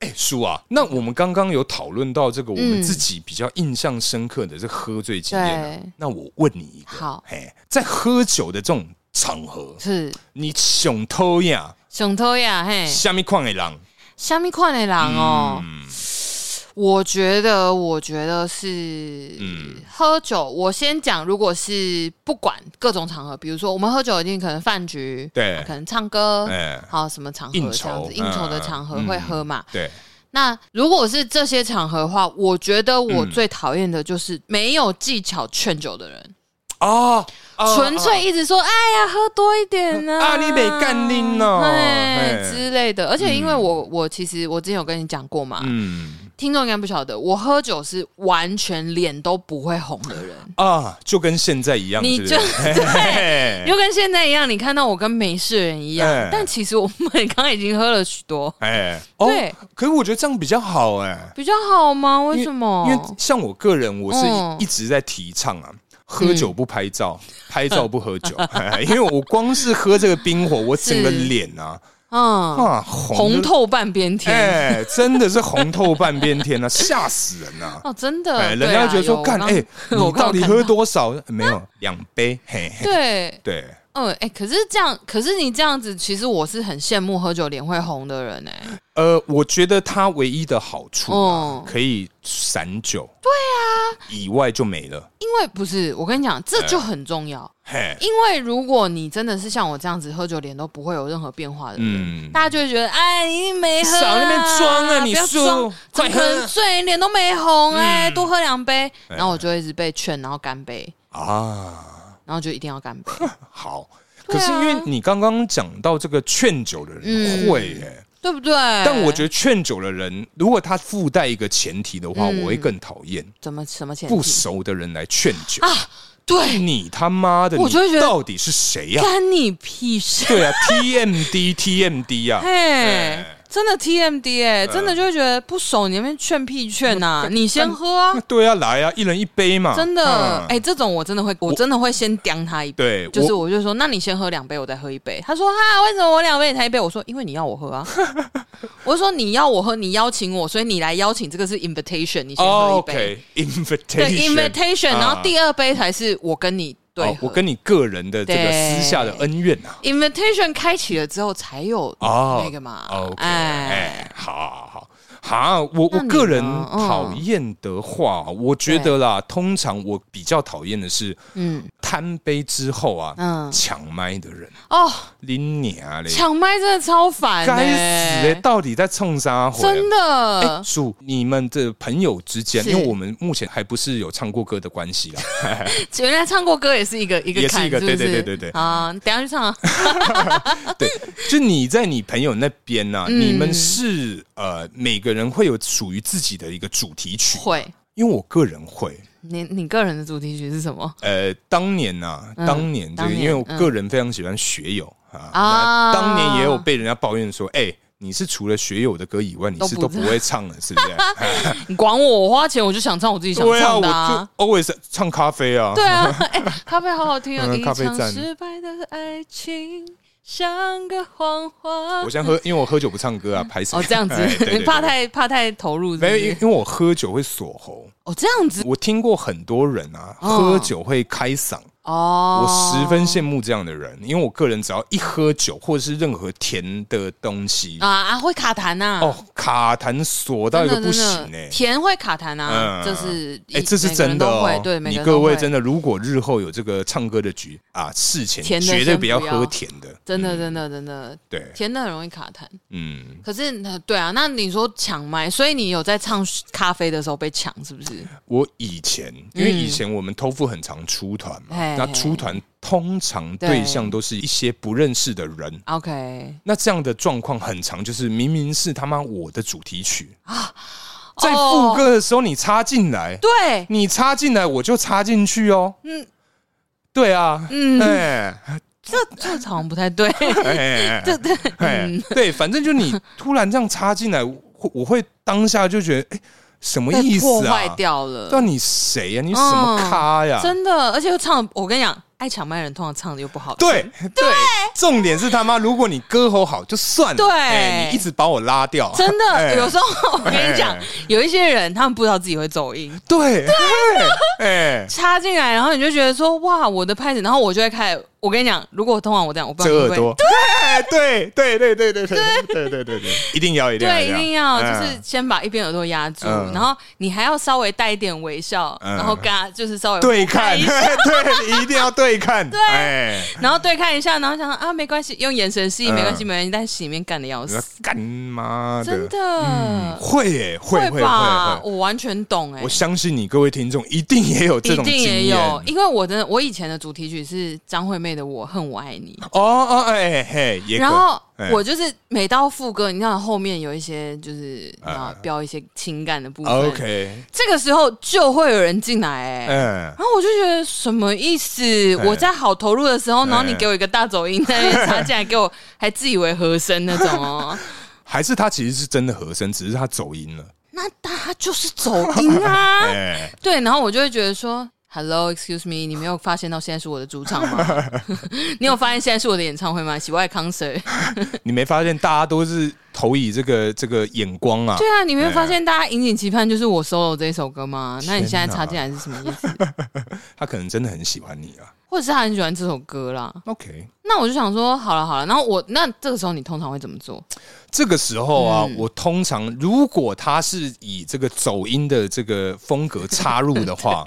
哎、叔啊，那我们刚刚有讨论到这个我们
嗯
自己比较印象深刻的这喝醉经验、啊
对，
那我问你一个，
好
嘿，在喝酒的这种场合，
是
你想偷呀，
熊偷呀，嘿，
下面况的狼嗯
虾米款的人哦，哦我觉得，我觉得是，
嗯
喝酒。我先讲，如果是不管各种场合，比如说我们喝酒一定可能饭局，
对
可能唱歌，
哎
好什么场合
应酬
这样子，应酬的场合
嗯
会喝嘛。
对，
那如果是这些场合的话，我觉得我
嗯
最讨厌的就是没有技巧劝酒的人，
哦，哦
纯粹一直说，哎呀，喝多一点呢、
啊你没干拎哦
哎
嘿
之类的。而且因为
嗯
我我其实我之前有跟你讲过嘛，
嗯
听众应该不晓得，我喝酒是完全脸都不会红的人，
啊，就跟现在一样，
你
对不
就
对
对就跟现在一样，你看到我跟没事人一样，
哎
但其实我们刚刚已经喝了许多，
哎，哦
对，
可是我觉得这样比较好哎，
比较好吗？为什么？
因为像我个人，我是
嗯
一直在提倡啊。喝酒不拍照，拍照不喝 酒，因为我光是喝这个冰火，我整个
是
脸啊
嗯，
啊红
红
得
透半边天。
哎、真的是红透半边 天啊，吓死人呐、啊！
哦，真的，
哎，人
对
家
啊
觉得说，看，哎、
有 我刚
你到
我刚
底
有看
喝多少？没有，两杯，嘿嘿，
对，
对，
嗯，哎、可是这样，可是你这样子，其实我是很羡慕喝酒脸会红的人哎、
呃，我觉得它唯一的好处、
嗯
啊可以散酒，对啊，以外就没了，
因为不是我跟你讲，这就很重要。
嘿，
因为如果你真的是像我这样子喝酒脸都不会有任何变化的人，
嗯，
大家就会觉得，哎，你没喝、啊，
少那边装啊，你
不要
叔
装，
快
怎么可能
喝啊
醉，脸都没红哎、多喝两杯。
哎
然后我就一直被劝，然后干杯，
啊！
然后就一定要干 杯。
好，
对
可
啊
是因为你刚刚讲到这个劝酒的人
嗯哎
会、耶。
对不对？
但我觉
得
得劝酒的人，如果他附带一个前提的话，
嗯
我会更讨厌
怎么什么前
不
提？啊
熟的人来劝酒。
对，
你他妈的，
我就会
你
觉得
到底是谁呀、
干你屁事！
对啊，TMD TMD 呀、
嘿
哎，嗯
真的 TMD 哎、真的就会觉得不熟，你那边劝屁劝呐、你先喝啊
啊，，对啊，来啊，一人一杯嘛，
真的
嗯
哎、这种我真的会，我真的会先刁他一杯。
对，
就是
我
我就说，那你先喝两杯，我再喝一杯。他说哈，为什么我两杯你才一杯？我说因为你要我喝 啊。我就说你要我喝，你邀请我，所以你来邀请，这个是 invitation，你
哦
先喝一杯。对
OK，invitation，
invitation，然后
啊
第二杯才是我跟你对
哦
喝。
我跟你个人的这个
对
私下的恩怨啊。
invitation 开启了之后才有
哦，
那个嘛。
OK，
哎，
哎，好好好。哈，我
那
我
你
个人
呢嗯
讨厌的话，我觉
对
得啦，通常我比较讨厌的是
嗯
贪杯之后啊
嗯，
抢麦的人，
哦，
拎你啊嘞，
抢麦真的超烦、欸，
该死嘞，到底在冲啥回啊？
真的、
哎，叔，你们的朋友之间，
是
因为我们目前还不是有唱过歌的关系啦，
原来唱过歌也是一个一个
欸也是
坎，
一个
是不是
对对对对对
啊，你等一下去唱啊，
对，就你在你朋友那边呢、
嗯
你们是呃每个人会有属于自己的一个主题曲，
会。
因为我个人会，
你你个人的主题曲是什么？
呃，当年呐、
嗯
当年这个，
当年
因为我个人非常喜欢学友啊，
啊
那当年也有被人家抱怨说，哎、你是除了学友的歌以外，你是
都
都
不
不会唱的，是 不是？
你管我，我花钱我就想唱我自己想
对啊，
唱
我
的啊。
就 always 唱咖啡啊，
对啊， 哎、咖啡好好听哦！
嗯
一
咖啡
场
赞
失败的爱情像个谎话。
我先喝，因为我喝酒不唱歌 啊，排谁？
哦，这样子，
哎对对
你怕
对
太怕太投入是不
没
是
有，因为因为我喝酒会锁喉，
哦，这样子
我听过很多人啊，喝酒会开嗓。
哦，
我十分羡慕这样的人，因为我个人只要一喝酒或者是任何甜的东西，
啊啊，会卡痰呐、啊。
哦，卡痰锁到一个不
真
行
的真
哎、
的甜会卡痰啊，
嗯
这是
哎、这是
每
真的
个人都
哦
会！对，每
你
个人
各
都会
位真的，如果日后有这个唱歌的局啊，事前
甜的
绝对
先
不要
不要
喝甜的，
真的真的真的
嗯对，
甜的很容易卡痰。
嗯，
可是呃对啊，那你说抢麦，所以你有在唱咖啡的时候被抢是不是？
我以前因为以前我们偷富很常出团嘛，
嘿
那出团通常对象都是一些不认识的人。
OK，
那这样的状况很常，就是明明是他妈我的主题曲啊，在副歌的时候你插进来，
对，
你插进来我就插进去
哦
哦。
嗯
嗯，对啊，
嗯
嗯， 哎
这这好像不太 对。
哎，
这对，嗯
哎，对，反正就你突然这样插进来，我我会当下就觉得，哎，什么意
被破
思
坏
啊？
掉
对啊，啊
了，嗯
你谁呀？你什么咖呀？
真的，而且又唱，我跟你讲，爱抢麦的人通常唱的又不好听。
对对，重点是他妈，如果你歌喉好就算了，
对
哎你一直把我拉掉，
真的，
哎
有时候我跟你讲
哎，
有一些人他们不知道自己会走音，
对对，哎
插进来，然后你就觉得说哇，我的拍子，然后我就会开始，我跟你讲，如果通常我这样，我不知道
遮
你
耳
会不会
朵，对对对对对对对对对对对，一定要一定要
对，一定要就是
嗯
先把一边耳朵压住，
嗯
然后你还要稍微带一点微笑，
嗯
然后跟他就是稍微
对
互看
看，
一下，
对，一定要对看，对，哎，
然后对看一下，然后想说啊，没关系，用眼神示意
嗯
没关系，没关系，但心里面干的要死，
干妈
真
的，
的、
会耶，嗯会会
吧？
会，
我完全懂哎、
我相信你各位听众一定也有这
一
种
定也
经验。
有
哦，
因为我真的我以前的主题曲是张惠妹的《我恨我爱你
哦，哎嘿，》，也
然
可
后
哎
我就是每到副歌，你知道后面有一些就是
哎
啊标一些情感的部分
哦 OK，
这个时候就会有人进来哎、
嗯，
然后我就觉得什么意思？
哎
我在好投入的时候，然后你给我一个大走音在那边插进来，给我还自以为和声那种 哦。
还是他其实是真的和声，只是他走音了。
那他就是走音啊。
哎，
对，然后我就会觉得说，Hello，excuse me，你没有发现到现在是我的主场 吗？ 你有发现现在是我的演唱会吗？喜外 concert。
你没发现大家都是投以这个这个眼光啊？
对啊，你没有发现大家引颈期盼就是我 solo 这一首歌吗？那你现在
天哪
插进来是什么意思？
他可能真的很喜欢你啊。
或者是他很喜欢这首歌啦？
OK，
那我就想说，好了好了，然后我那这个时候你通常会怎么做？
这个时候啊，
嗯
我通常如果他是以这个走音的这个风格插入的 话，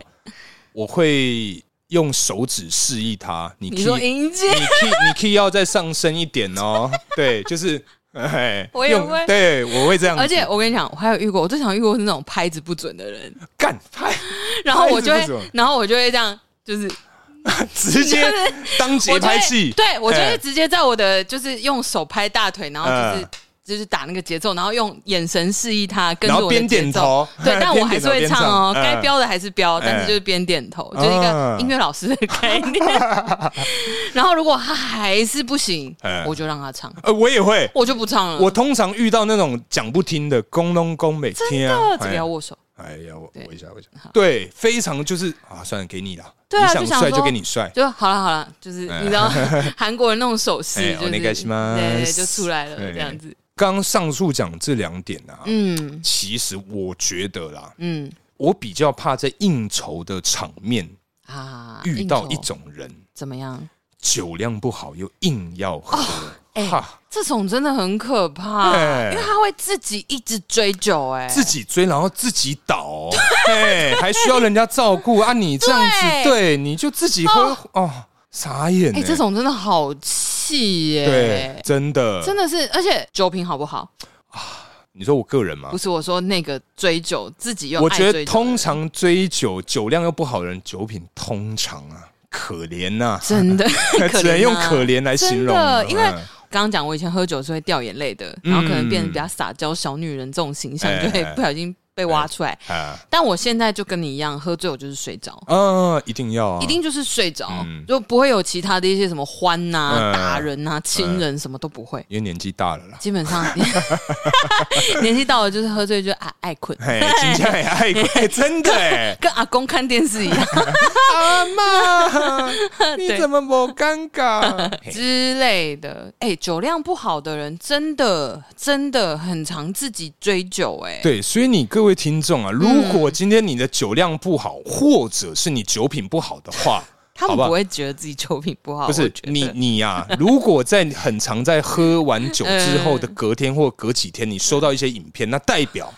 我会用手指示意他，你
你
key
说
你
迎接
key 你 key 要再上升一点 哦。对，就是哎，
我也
用
会
对我会这样子，
而且我跟你讲，我还有遇过，我最常遇过是那种拍子不准的人，
干拍
然后我就
拍子不
会
准，
然后我就会这样，就是
直接当节
我就
拍
会
器，
对我就
哎
会直接在我的就是用手拍大腿，然后就是。
嗯
就是打那个节奏，然后用眼神示意他跟
然
着
后
我的
边
节
点
奏
头。
对，但我还是会唱哦，
边点头边唱
该标的还是标，
嗯
但是就是边点头，就是一个
嗯
音乐老师的概 念。然后如果他还是不行
嗯，
我就让他唱，
呃，我也会。
我就不唱了。
我通常遇到那种讲不听的，公东公每天啊，
这
哎
个要握手，
哎呀，我
对
我一下，我一下，对，非常就是啊，算了，给你了。
对啊
你
就
想
想
帅就
说
给你帅。
就好了好了，就是
哎
你知 道韩国人那种手势
哎，
就是
お願いします
对，就出来了
对
这样子。
刚上述讲这两点啊，
嗯
其实我觉得啦，
嗯
我比较怕在应酬的场面
啊，
遇到
应
一
酬
种人，
怎么样？
酒量不好又硬要喝，
哎
哈，
这种真的很可怕，
哎
因为他会自己一直追酒，哎，
自己追然后自己倒， 哎，还需要人家照顾啊？你这样子，
对
对，你就自己喝哦，傻眼
哎，
欸
这种真的好气
对
耶，，
真的，
真的是，而且酒品好不好？
你说我个人吗
不？是我说那个追酒自己又
我
爱
觉得
追酒
通
的
常追酒酒量又不好的人，酒品通常啊可怜呐、
真的 可
只能
怜
用
啊
可怜来形容了。
真的因为
嗯
刚刚讲我以前喝酒是会掉眼泪的，然后可能变得
嗯
比较撒娇小女人这种形象
哎
就会
哎
不小心被挖出来。
啊
但我现在就跟你一样，喝醉我就是睡着。
啊，一定要啊，
一定就是睡着，
嗯
就不会有其他的一些什么欢呐、
嗯
打人呐、亲人什么都不会。
因为年纪大了啦。
基本上年纪到了就是喝醉就爱爱困，，
嘿， 金家也爱过，哎真的哎
跟阿公看电视一样
阿 妈，你
对
怎么不尴 尬？嘿
之类的。哎、酒量不好的人真的真的很常自己追酒、哎，
对，所以你各位听众啊，如
嗯
果今天你的酒量不好，或者是你酒品不好的话，
他们
好吧
不会觉得自己酒品不好，
不
我
是
觉得
你你呀、如果在很常在喝完酒之后的隔天或隔几天，你收到一些影片，那代表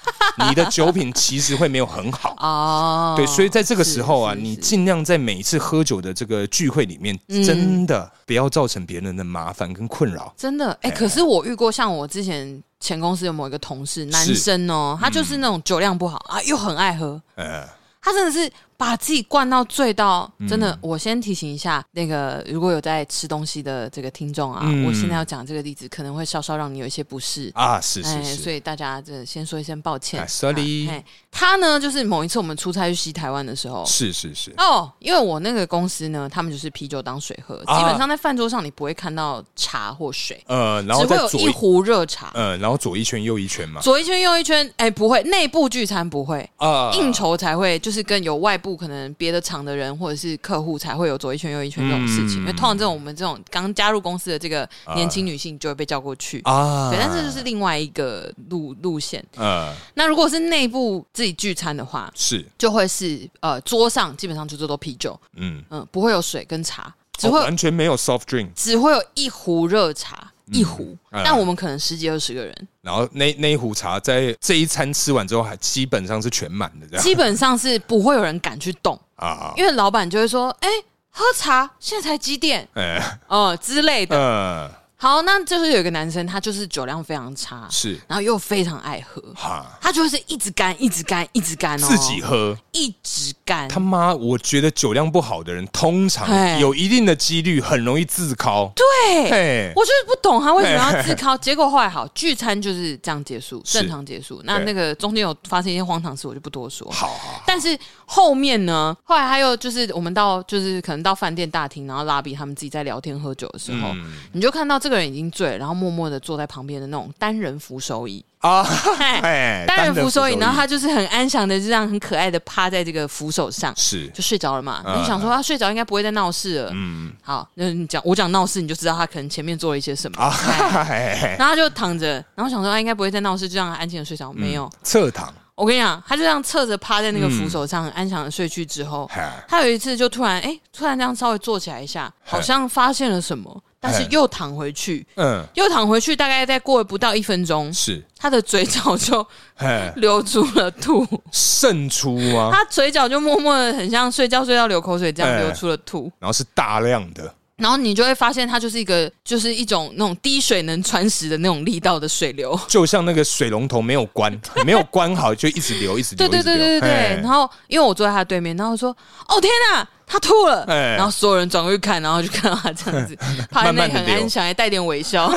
你的酒品其实会没有很 好。
哦，
对，所以在这个
是
时候啊，
是
你
是
尽量在每一次喝酒的这个聚会里面，
嗯
真的不要造成别人的麻烦跟困扰。
真的哎、可是我遇过像我之前前公司有某一个同事，男生哦，他就是那种酒量不好啊，又很爱喝，
呃，
他真的是把自己灌到醉到，
嗯
真的。我先提醒一下，那个如果有在吃东西的这个听众啊，
嗯
我现在要讲这个例子，可能会稍稍让你有一些不适。
啊，是
哎，
是
所
是，
以大家这先说一声抱歉、
啊，sorry
哎他呢，就是某一次我们出差去西台湾的时候，
是是是，
哦，因为我那个公司呢，他们就是啤酒当水喝，
啊
基本上在饭桌上你不会看到茶或水，
呃，然后
只
再
会有
左
一壶热茶，
呃，然后左一圈右一圈嘛，
左一圈右一圈，哎、不会，内部聚餐不会，
啊
应酬才会，就是跟有外部可能别的厂的人或者是客户才会有左一圈右一圈这种事情，
嗯
因为通常这种我们这种刚加入公司的这个年轻女性就会被叫过去。
啊，
对，但这就是另外一个路路线。
呃，
那如果是内部自己聚餐的话，
是，
就会是呃桌上基本上就是都啤酒，
嗯
嗯，不会有水跟茶。只会
哦完全没有 soft drink，
只会有一壶热茶，一壶，
哎
但我们可能十几二十个人，
然后那那一壶茶在这一餐吃完之后，还基本上是全满的这样
基本上是不会有人敢去动，
啊，
因为老板就会说：“哎、喝茶现在才几点？
哎，
呃之类的。
嗯，
好，那就是有一个男生，他就是酒量非常差，
是
然后又非常爱喝，
哈，
他就是一直干，一直干，一直干哦，
自己喝。
一直干。
他妈，我觉得酒量不好的人，通常
嘿
有一定的几率很容易自考。
对，
对
我就是不懂他为什么要自考。结果后来好，聚餐就是这样结束，正常结束。那
对
那个中间有发生一些荒唐事，我就不多说。
好好，
但是后面呢？后来他又就是我们到就是可能到饭店大厅，然后拉比他们自己在聊天喝酒的时候，
嗯
你就看到这个人已经醉了，然后默默的坐在旁边的那种单人扶手椅，
啊，
嘿
哎，
单人扶手椅，
单
然后他就是很安详的这样很可爱的趴在这个扶手上，
是
就睡着了嘛。
嗯
那你想说啊他睡着应该不会再闹事了，嗯，好，那你讲我讲闹事，你就知道他可能前面做了一些什么。
啊，
嘿
哎
然后他就躺着，然后想说他应该不会再闹事，就让他安静的睡着。没有，
侧躺，
我跟你讲，他就这样侧着趴在那个扶手上，很安详的睡去之后，
哎
他有一次就突然哎、突然这样稍微坐起来一下，好像发现了什么，但是又躺回去，
嗯，
又躺回去，大概再过不到一分钟，
是，
他的嘴角就
哎，
流出了吐，
胜出啊吗？
他嘴角就默默的很像睡觉睡到流口水这样
哎
流出了吐，
然后是大量的，
然后你就会发现它就是一个就是一种那种滴水能穿石的那种力道的水流，
就像那个水龙头没有关，没有关好，就一直流，一直流，
对对
一直
对
流
对对对
哎。
然后因为我坐在他对面，然后我说：“哦天哪，他吐了！”
哎
然后所有人转过去看，然后就看到他这 样子趴在那
慢慢
里
地
很
流
安详，还带点微 笑，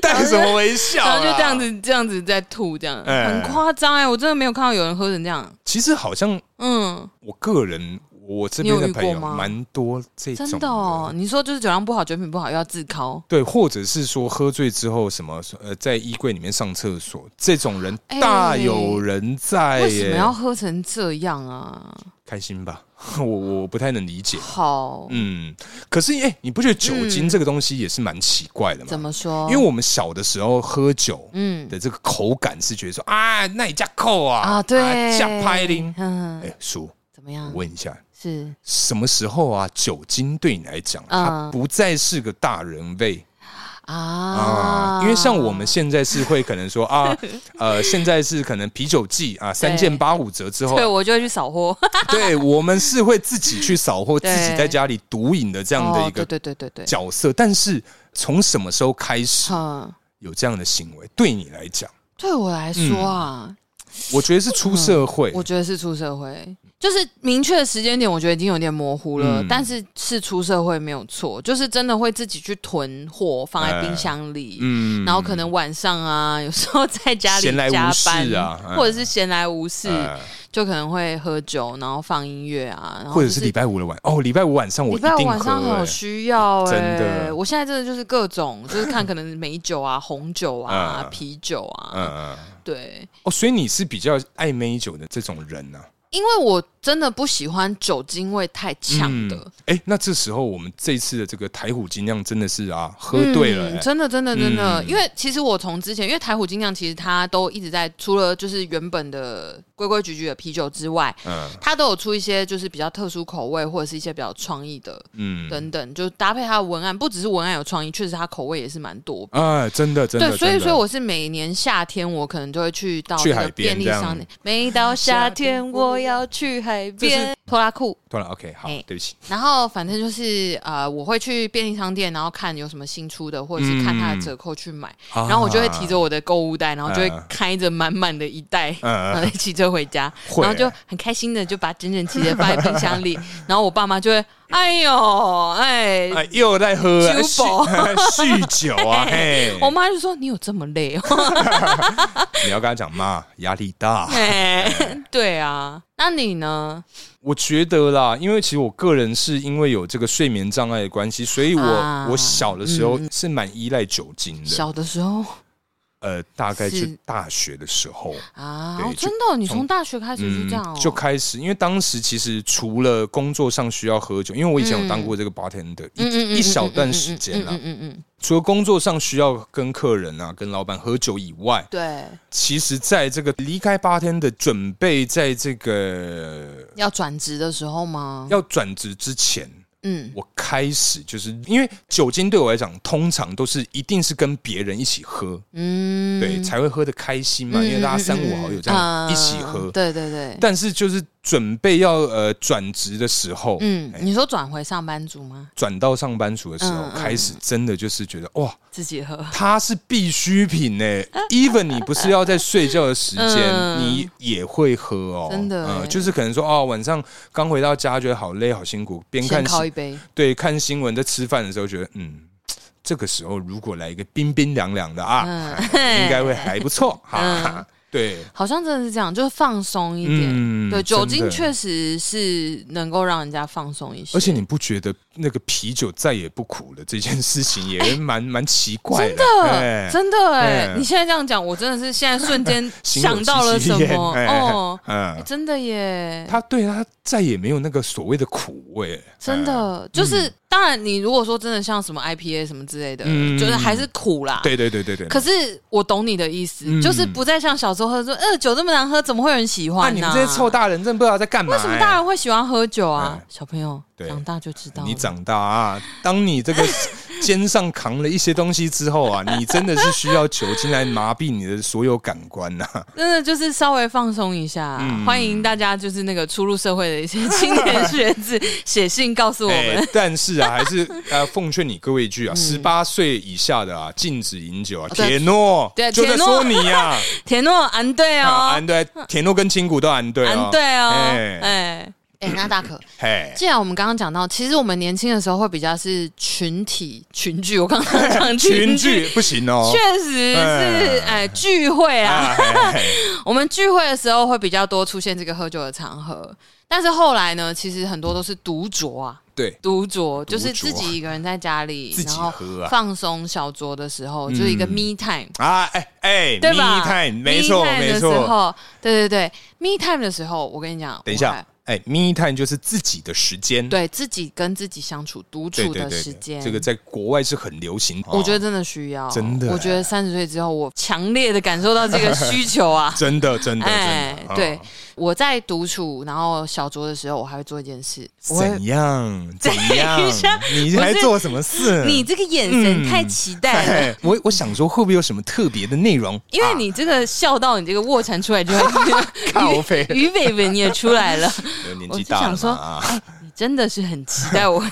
带什么微笑？啊
然后就这样。子这样子在吐，这样
哎
很夸张哎！我真的没有看到有人喝成这样，
其实好像
嗯，
我个人，我这边的朋
你有
友
遇过吗
蛮多这种
真的哦。你说就是酒量不好，酒品不好又要自考，
对，或者是说喝醉之后什么呃，在衣柜里面上厕所，这种人
哎
大有人在耶。
为什么要喝成这样啊？
开心吧？ 我我不太能理解。
好，
嗯，可是哎、你不觉得酒精这个东西也是蛮奇怪的吗？
嗯怎么说？
因为我们小的时候喝酒，
嗯
的这个口感是觉得说啊，那你加扣啊
啊，对，
加拍铃。
嗯
哎，，叔，
怎么样
我？问一下，
是
什么时候啊，酒精对你来讲，它
嗯
不再是个大人味啊
啊？
因为像我们现在是会可能说 啊，呃，现在是可能啤酒季啊，三件八五折之后
对，，我就会去扫货。
对我们是会自己去扫货，自
对
己在家里独饮的这样的一
哦、
个
对对对对对，
角色。但是从什么时候开始
嗯，
有这样的行为？对你来讲，
对我来说啊，
嗯我觉得是出社会，
嗯我觉得是出社会，就是明确的时间点，我觉得已经有点模糊了，
嗯
但是是出社会没有错，就是真的会自己去囤货放在冰箱里。
嗯
然后可能晚上啊，有时候在家
闲
里
来无
加班
事啊哎
或者是闲来无事，
呃
就可能会喝酒，然后放音乐啊，然后
或者
就是
礼拜五的晚哦，礼拜五晚上我
礼
一
拜五
定
晚上
喝、
好
欸
需要哎、
真的
我现在真的就是各种，就是看可能美酒 啊、红酒啊、
嗯
啤酒啊，
嗯嗯，嗯
对，
哦，所以你是比较爱美酒的这种人呢、啊？
因为我真的不喜欢酒精味太强的，
哎、那这时候我们这一次的这个台虎精酿真的是啊，喝对了、欸
嗯真的真的真的，
嗯
因为其实我从之前，因为台虎精酿其实它都一直在，除了就是原本的规规矩矩的啤酒之外，
嗯
它都有出一些就是比较特殊口味或者是一些比较创意的。
嗯，
等等，就搭配它的文案，不只是文案有创意，确实它口味也是蛮多
哎、真的真的，
对，所以
真的
所以我是每年夏天，我可能就会去到
去
那
海
个
边
便利
这样
商店。每到夏天，我要去海边拖拉裤。
突然 OK 好，
哎
对不起，
然后反正就是呃，我会去便利商店，然后看有什么新出的，或者是看它的折扣去买。
啊
然后我就会提着我的购物袋，然后就会
嗯
开着满满的一袋，
嗯
然后骑车回家，
会
然后就很开心的就把整整齐齐地放在冰箱里。 然后我爸妈就会，哎呦，哎，
哎，又在喝、啊、
酒保
酗 酗酒啊！ 嘿，
我妈就说你有这么累哦。
你要跟他讲妈，压力大。
哎， 对啊，那你呢？
我觉得啦，因为其实我个人是因为有这个睡眠障碍的关系，所以我、
啊
我小的时候是蛮依赖酒精的。
小的时候
呃，大概是
是
大学的时候，
啊，
对
哦
就
真的哦、你
从
从大学开始就这样、哦
嗯就开始，因为当时其实除了工作上需要喝酒，因为我以前有当过这个 bartender，、
嗯嗯嗯
一一小段时间啊
嗯嗯
啦、
嗯嗯嗯嗯嗯嗯，
除了工作上需要跟客人啊、跟老板喝酒以外，
对，
其实在这个离开八天的准备，在这个
要转职的时候吗？
要转职之前，嗯，我开始就是因为酒精对我来讲，通常都是一定是跟别人一起喝，嗯，对，才会喝的开心嘛，因为大家
嗯
三五好友这样一起喝，
啊对对对。
但是就是准备要呃转职的时候，
嗯，你说转回上班族吗？
转到上班族的时
嗯
候，开始真的就是觉得哇，
自己喝
它是必需品呢。even 欸你不是要在睡觉的时间，你也会喝哦，
嗯真的，嗯，
就是可能说哦，晚上刚回到家觉得好累好辛苦，边看
靠一 杯，
对，看新闻在吃饭的时候觉得嗯。这个时候，如果来一个冰冰凉凉的啊，嗯、应该会还不错哈。嗯、对，
好像真的是这样，就是放松一点。嗯、对，酒精确实是能够让人家放松一些。
而且你不觉得那个啤酒再也不苦了这件事情也蛮蛮、欸、奇
的？
怪
真的，真的哎！你现在这样讲，我真的是现在瞬 间想到了什么哦，嗯、欸，真的耶。
他对他再也没有那个所谓的苦味，
真的就是。当然，你如果说真的像什么 IPA 什么之类的，嗯、就是还是苦啦。
对对对对对。
可是我懂你的意思，嗯、就是不再像小时候喝说，呃，酒这么难喝，怎么会有人喜欢、啊？
那、啊、你们这些臭大人真不知道在干嘛、欸？
为什么大人会喜欢喝酒啊？嗯、小朋友长大就知道。
你长大啊，当你 这个肩上扛了一些东西之后啊，你真的是需要酒精来麻痹你的所有感官呐、啊。
真的就是稍微放松一下，啊欢迎大家就是那个初入社会的一些青年学 子写信告诉我们。欸、
但是啊。还是呃，奉劝你各位一句啊，十八岁以下的啊，禁止饮酒啊。铁诺，
哦对，
就在说你 呀，
铁诺，安对哦，
安对，铁诺跟青谷都安对，
安对哦，哎哎，那大 可，
嘿，
既然我们刚刚讲到，其实我们年轻的时候会比较是群体群聚，我刚刚 讲
群聚不行哦，
确实是哎聚会 啊，我们聚会的时候会比较多出现这个喝酒的场合，但是后来呢，其实很多都是独酌啊。
对，
独酌就是自己一个人在家里，
自己喝啊，嗯
放松小酌的时候，就是一个 me time
啊，哎哎，
对吧
？me time 没错没
错，对对对，me time 的时候，我跟你讲，
等一下，哎，me time 就是自己的时间，
对自己跟自己相处独处的时间，
这个在国外是很流行，
我觉得真的需要，
真的，
我觉得三十岁之后，我强烈的感受到这个需求啊，
哦
哎
真的 真的哦真的，
对。我在独处，然后小酌的时候，我还会做一件事。我
怎样？怎 样？你还做什么事？
你这个眼神太期 待了。
我我想说，会不会有什么特别的内容？
因为你这个笑到你这个卧蚕出来就
咖啡，
鱼尾纹也出来了。
年纪大了，啊
想说，啊你真的是很期待我。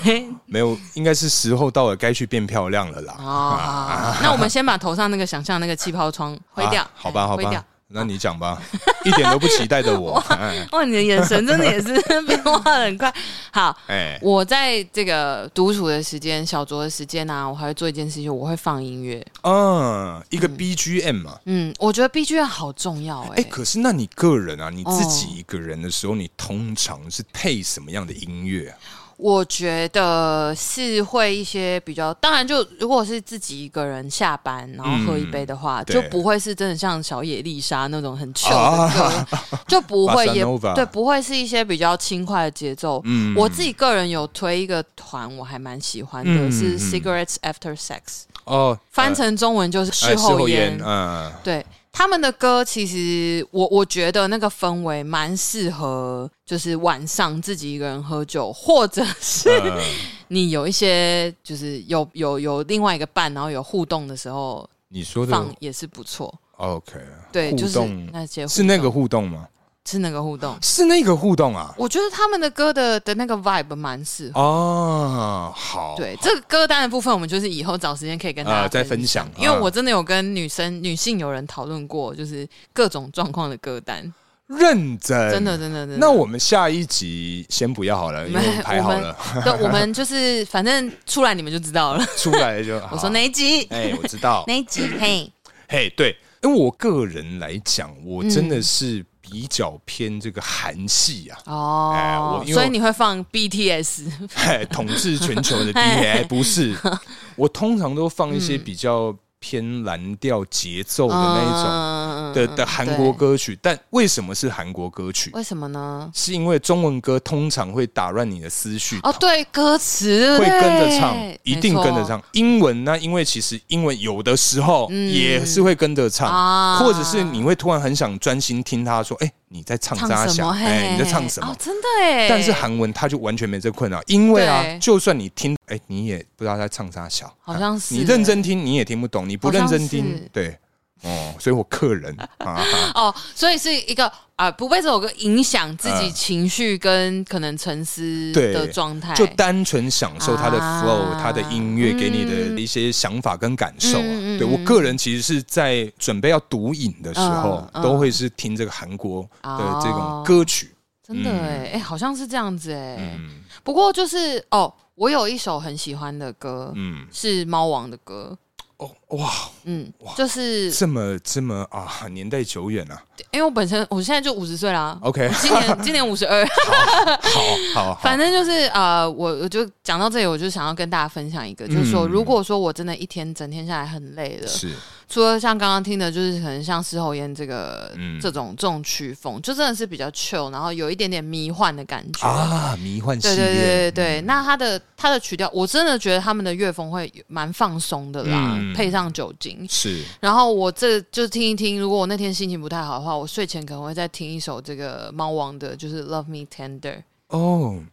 没有，应该是时候到了，该去变漂亮了啦。
啊，那我们先把头上那个想象那个气泡窗挥掉，
啊好吧？好
吧。
那你讲吧，一点都不期 待的我。哎
哇，你的眼神真的也是 变化很快。 好，哎，我在这个独处的时间、小酌的时间啊呢，我还会做一件事情，我会放音乐。
嗯，一个 BGM 嘛。
嗯，我觉得 BGM 好重要哎。
啊哎，可是那你个人啊，你自己一个人的时候，你通常是配什么样的音乐啊？
我觉得是会一些比较，当然就如果是自己一个人下班然后喝一杯的话，就不会是真的像小野丽莎那种很糗的 歌，就不会也对，不会是一些比较轻快的节奏。我自己个人有推一个团，我还蛮喜欢的，是 Cigarettes After Sex。
哦，
翻成中文就是呃事
哎后
烟。
嗯，
对。他们的歌其实我我觉得那个氛围蛮适合，就是晚上自己一个人喝酒，或者是、
嗯
呃、 你有一些就是有有有另外一个伴，然后有互动的时候，
你说的
放也是不错。
OK，
对，就是那些
是那个互动吗？
是那个互动，
是那个互动啊！
我觉得他们的歌的的那个 vibe 蛮适合
哦。好，
对这个歌单的部分，我们就是以后找时间可以跟大家、呃、
再分享，
因
嗯
为我真的有跟女生、女性友人讨论过，就是各种状况的歌单。
认真，
真的，真的，真的。
哎那我们下一集先不要好了，因为排好了。
对，我们就是反正出来你们就知道 了，
出来就
我说哪一集？
哎，我 知道
哪一集？
嗯
嘿，
嘿，对，因为我个人来讲，我真
嗯
的是。比较偏这个韩系啊，
哦，所以你会放 BTS，
哎， 统治全球 的 BTS 不是，
嗯嗯
我通常都放一些比较偏蓝调节奏的那一种，的的韩国歌曲，但为什么是韩国歌曲？
为什么呢？
是因为中文歌通常会打乱你的思绪
哦，对，歌词
会跟着唱
对，
一定跟着
没错
唱。英文那因为其实英文有的时候
嗯
也是会跟着唱，
啊
或者是你会突然很想专心听他说，哎、你在唱啥
唱什
想？
么？
哎、
嘿，
你在唱什么？
哦，真的哎。
但是韩文他就完全没这困扰，因为啊
对，
就算你听，哎、你也不知道他在唱啥小，啊
好像是
你认真听你也听不懂，你不认真
好像
听
是，
对，哦，所以我 客人啊，
哦，所以是一个啊、不被这首歌影响自己
嗯
情绪跟可能沉思
对
的状态，
就单纯享受他的 flow，、
啊嗯
他的音乐给你的一些想法跟感受啊。
嗯嗯嗯
对我个人其实是在准备要毒瘾的时候，
嗯嗯
都会是听这个韩国的这种
哦
歌曲，
真的哎、
嗯
哎、好像是这样子哎、
嗯
不过就是哦，我有一首很喜欢的歌，
嗯，
是猫王的歌，
哦哇，
嗯，就是
这么这么啊，年代久远啊
因为我本身我现在就五十岁啦。
，OK，
今年今年五十二，
好好好，
反正就是呃，我我就讲到这里，我就想要跟大家分享一个，就是说，
嗯
如果说我真的一天整天下来很累了，
是
除了像刚刚听的，就是可能像事后烟这个、
嗯
这种这种曲风，就真的是比较 chill，然后有一点点迷幻的感觉。
啊，迷幻系
对
列，
对对对对，那他的他的曲调，我真的觉得他们的乐风会蛮放松的啦，
嗯
配上酒精。
是
然后我这就听一听，如果我那天心情不太好的话，我睡前可能会再听一首这个猫王的，就是《Love Me Tender
哦，
嗯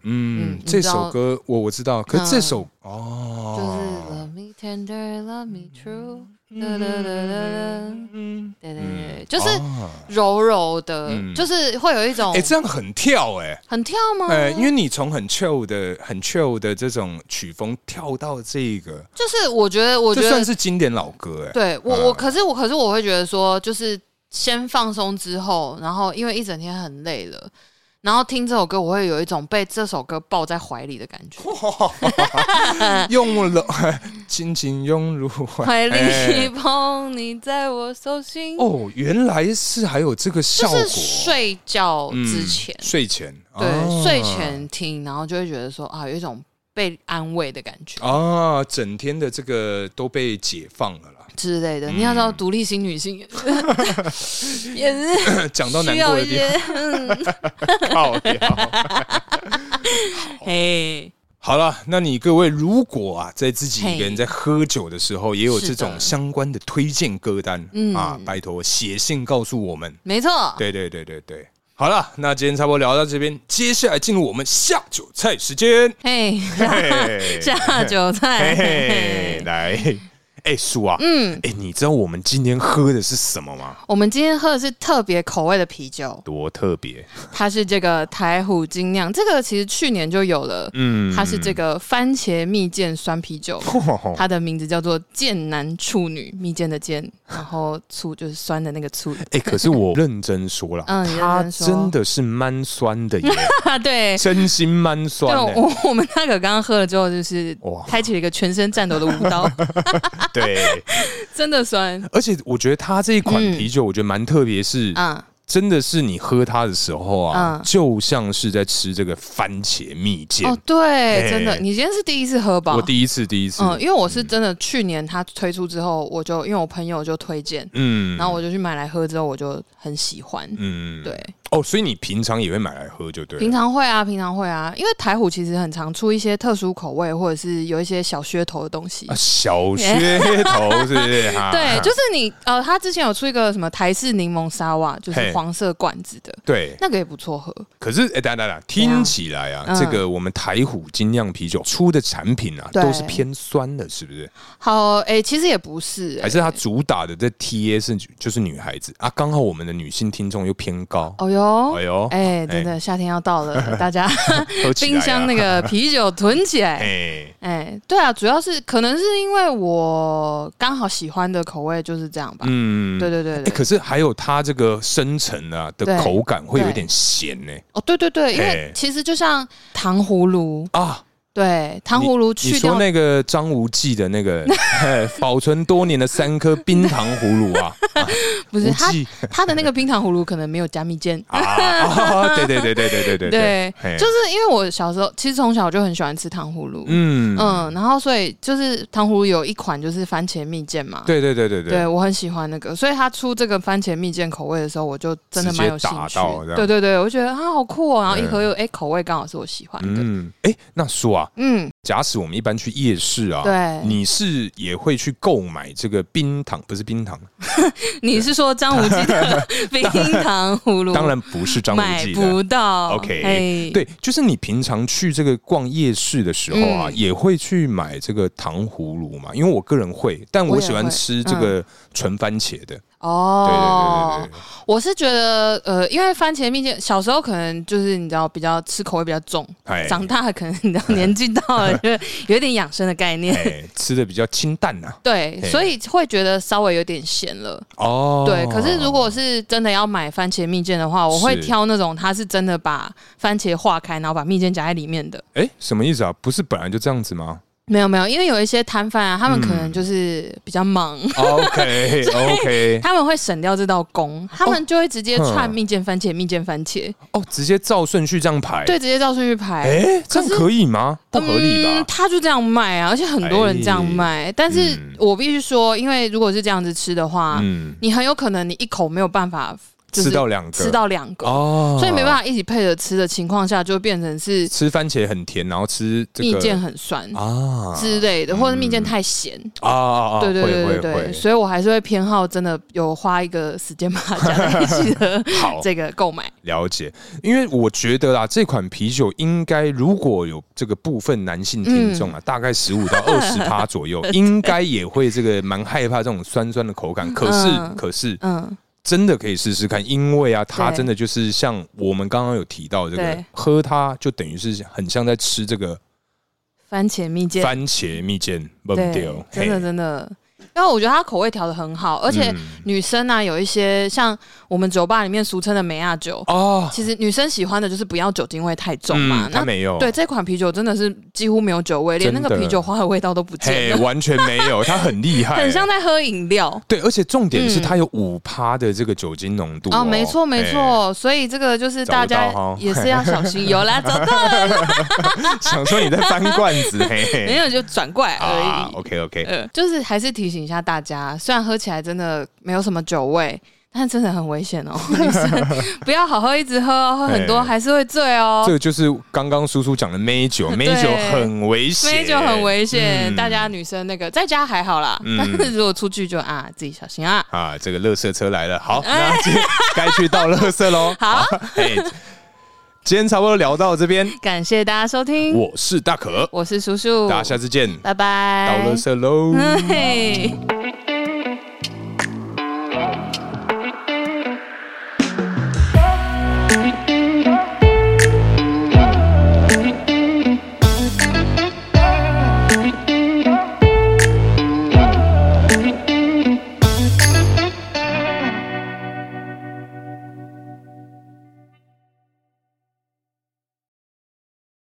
嗯，
你
这
知道嗯
首歌我我知道，可是这首、》，
就是
哦，
Love Me Tender, Love Me True，哒哒哒哒哒。
嗯，
对对对，就是
啊
柔柔的，
嗯
就是会有一种
哎、这样很跳哎、
很跳吗？
哎、因为你从很 chill 的、很 chill 的这种曲风跳到这个，
就是我觉得，我觉
这算
得，
是经典老歌哎、
对我、
嗯
我，可是我，可是我会觉得说，就是先放松之后，然后因为一整天很累了。然后听这首歌，我会有一种被这首歌抱在怀里的感觉，
用了 轻轻拥入怀
怀 里
哎
捧你在我手心，
哦，原来是还有这个效
就
果。啊
是睡觉
嗯
之前，
睡前，
对、
啊
睡前听，然后就会觉得说啊，有一种被安慰的感觉
啊，整天的这个都被解放了啦。
之类
嗯
的。你要知道，独立型女性 也是
讲到难
需
过
要
的
一
地方
些， 嗯，，
靠腰
嘿，
好了，那你各位如果啊，在自己一个人
嘿
在喝酒的时候，也有这
是
种
的
相关的推荐歌单，
嗯
啊，拜托写信告诉我们。
没错，
对对对对对，好了，那今天差不多聊到这边，接下来进入我们下酒菜时间。
嘿，
嘿
下酒菜，
嘿
嘿
嘿，来， 哎、叔啊，
嗯，
哎、你知道我们今天喝的是什么吗？
我们今天喝的是特别口味的啤酒，
多特别，
它是这个台虎精酿，这个其实去年就有了，
嗯哦
它是这个番茄蜜饯酸啤酒，它的名字叫做剑南处女，蜜饯的剑，然后醋就是酸的那个 醋，
哎、可是我认真说了，
嗯你认
它
真说
真的是蛮酸 的耶，
啊，对。
真心蛮
对，
酸的。
我我们那个刚刚喝了之后，就是
哇
开启了一个全身战斗的舞蹈，
对，
真的酸
而且我觉得它这一款
嗯
啤酒，我觉得蛮特别，是
啊！
真的是你喝它的时候啊，
嗯
就像是在吃这个番茄蜜饯
哦。，对，
哎
真的，你今天是第一次喝吧？
我第一次，第一次，
嗯，因为我是真的去年它推出之后，我就因为我朋友就推荐，
嗯
然后我就去买来喝，之后我就很喜欢。
嗯，
对，
哦，所以你平常也会买来喝，就对
平
了。
常会啊，平常会啊，因为台虎其实很常出一些特殊口味，或者是有一些小噱头的东西
啊，。小噱头是不是？哈
对，就是你呃，他之前有出一个什么台式柠檬沙瓦，就是
嘿
黄色罐子的，
对。
那个也不错喝。
可是，哎、等等等，听起来啊，
嗯
这个我们台虎精酿啤酒出的产品啊，
对
都是偏酸的，是不是？
好，哎、其实也不是、哎
还是它主打的这 TA 是就是女孩子啊？刚好我们的女性听众又偏高，
哦哟，
哎呦，
哎、真的、夏天要到 了，大家
喝起来啊
冰箱那， 个啤酒囤起来。
哎，
哎，对啊，主要是可能是因为我刚好喜欢的口味就是这样吧。
嗯，
对对对
哎
对，
可是还有它这个深层啊的
对
口感会有
对
点咸呢、
哦对对对，因为
嘿
其实就像糖葫芦，
啊，
对，糖葫芦
你
去
说
掉
那个张无忌的 那个哎保存多年的三颗冰糖葫芦啊，
不是
无
它
忌
它的那个冰糖葫芦可能没有加蜜饯。
啊啊， 对对对对对对对
对，
嘿
就是因为我小时候其实从小就很喜欢吃糖葫芦，嗯
嗯
然后所以就是糖葫芦有一款就是番茄蜜饯嘛，
对对对对
对，我很喜欢那个，所以他出这个番茄蜜饯口味的时候，我就真的蛮有兴
直
趣
接打到这。样
对对对，我觉得啊好酷哦，然后
嗯
一盒又哎、口味刚好是我喜欢的，
嗯，哎，那叔啊，
嗯，
假使我们一般去夜市啊，
对
你是也会去购买这个冰糖，不是冰糖，
你是说张无忌 的冰糖葫芦？
当然不是张无
买
忌的。
不到
OK，、
嘿
对，就是你平常去这个逛夜市的时候啊，
嗯
也会去买这个糖葫芦嘛？因为我个人会，但
我
我
也
喜欢
会嗯
吃这个纯番茄的。
哦，
对对对对对
我是觉得呃，因为番茄蜜饯小时候可能就是你知道比较吃口味比较重，
哎
长大可能 你知道年纪到了就有点养生的概念。
哎，吃的比较清淡呐、
对
嘿，
所以会觉得稍微有点咸了。
哦，
对，可是如果是真的要买番茄蜜饯的话，我会
是
挑那种它是真的把番茄化开，然后把蜜饯夹在里面的。
哎，什么意思啊？不是本来就这样 子吗
没有没有，因为有一些摊贩啊，他们
嗯
可能就是比较忙，
？OK OK，
他们会省掉这道工，他们就会直接
哦
串
嗯
蜜饯番茄、蜜饯番茄，
哦，直接照顺序这样排。
对，直接照顺序排。
哎，这样
可是
可以吗？不合理吧？
他就这样卖啊，而且很多人这样卖。但是
嗯
我必须说，因为如果是这样子吃的话，
嗯，
你很有可能你一口没有办法就是
吃到两个，
吃到两个，
哦，
所以没办
法。
法一起配着吃的情况下，就变成是
吃番茄很甜，然后吃这
蜜
个
饯很酸
啊
之类的，或者蜜饯太咸。
啊啊啊！
对对对对
会
对，
会会
所以我还是会偏好真的有花一个时间把它加在一起的
好
这个购买。
了解，因为我觉得啦，这款啤酒应该如果有这个部分男性听众啊，
嗯
大概十五到二十趴左 右，应该也会这个蛮害怕这种酸酸的口感。可是、
嗯
可是
嗯，
真的可以试试看，因为啊，它
对
真的就是像我们刚刚有提到这个
对，
喝它就等于是很像在吃这个
番茄蜜饯，
番茄蜜饯，不
对，真的
嘿
真的。因为我觉得它口味调的很好，而且
嗯
女生啊有一些像我们酒吧里面俗称的美亚酒，
哦，
其实女生喜欢的就是不要酒精味太重嘛
嗯。它
那
没有
对这款啤酒真的是几乎没有酒味，连那
真
个
的
啤酒花的味道都不见
嘿，
了，
完全没有，它很厉害，
很像在喝饮料。
对，而且重点是
嗯
它有五趴的这个酒精浓度
哦，没错没，错，所以这个就是大
找
家
不到哦
也是要小心。有 啦，找到了，
嘿 想说你在翻罐 子，嘿嘿，
没有就转过来而
啊
已。
，OK OK，
呃，就是还是提醒一下大家，虽然喝起来真的没有什么酒味，但真的很危险哦， 女 生不要好喝一直喝哦，喝很多
哎
还是会醉哦
这。个就是刚刚叔叔讲的美酒，美酒很危险，
杯酒很危险，
嗯
大家女生那个在家还好啦，
嗯
但是如果出去就啊自己小心啊。
啊，这个垃圾车来 了，好，那今天该去倒垃圾喽，
好，
嘿，今天差不多聊到这边，
感谢大家收听，
我是大可，
我是叔叔，
大家下次见，
嗯拜
倒
拜，
垃圾喽。
嘿。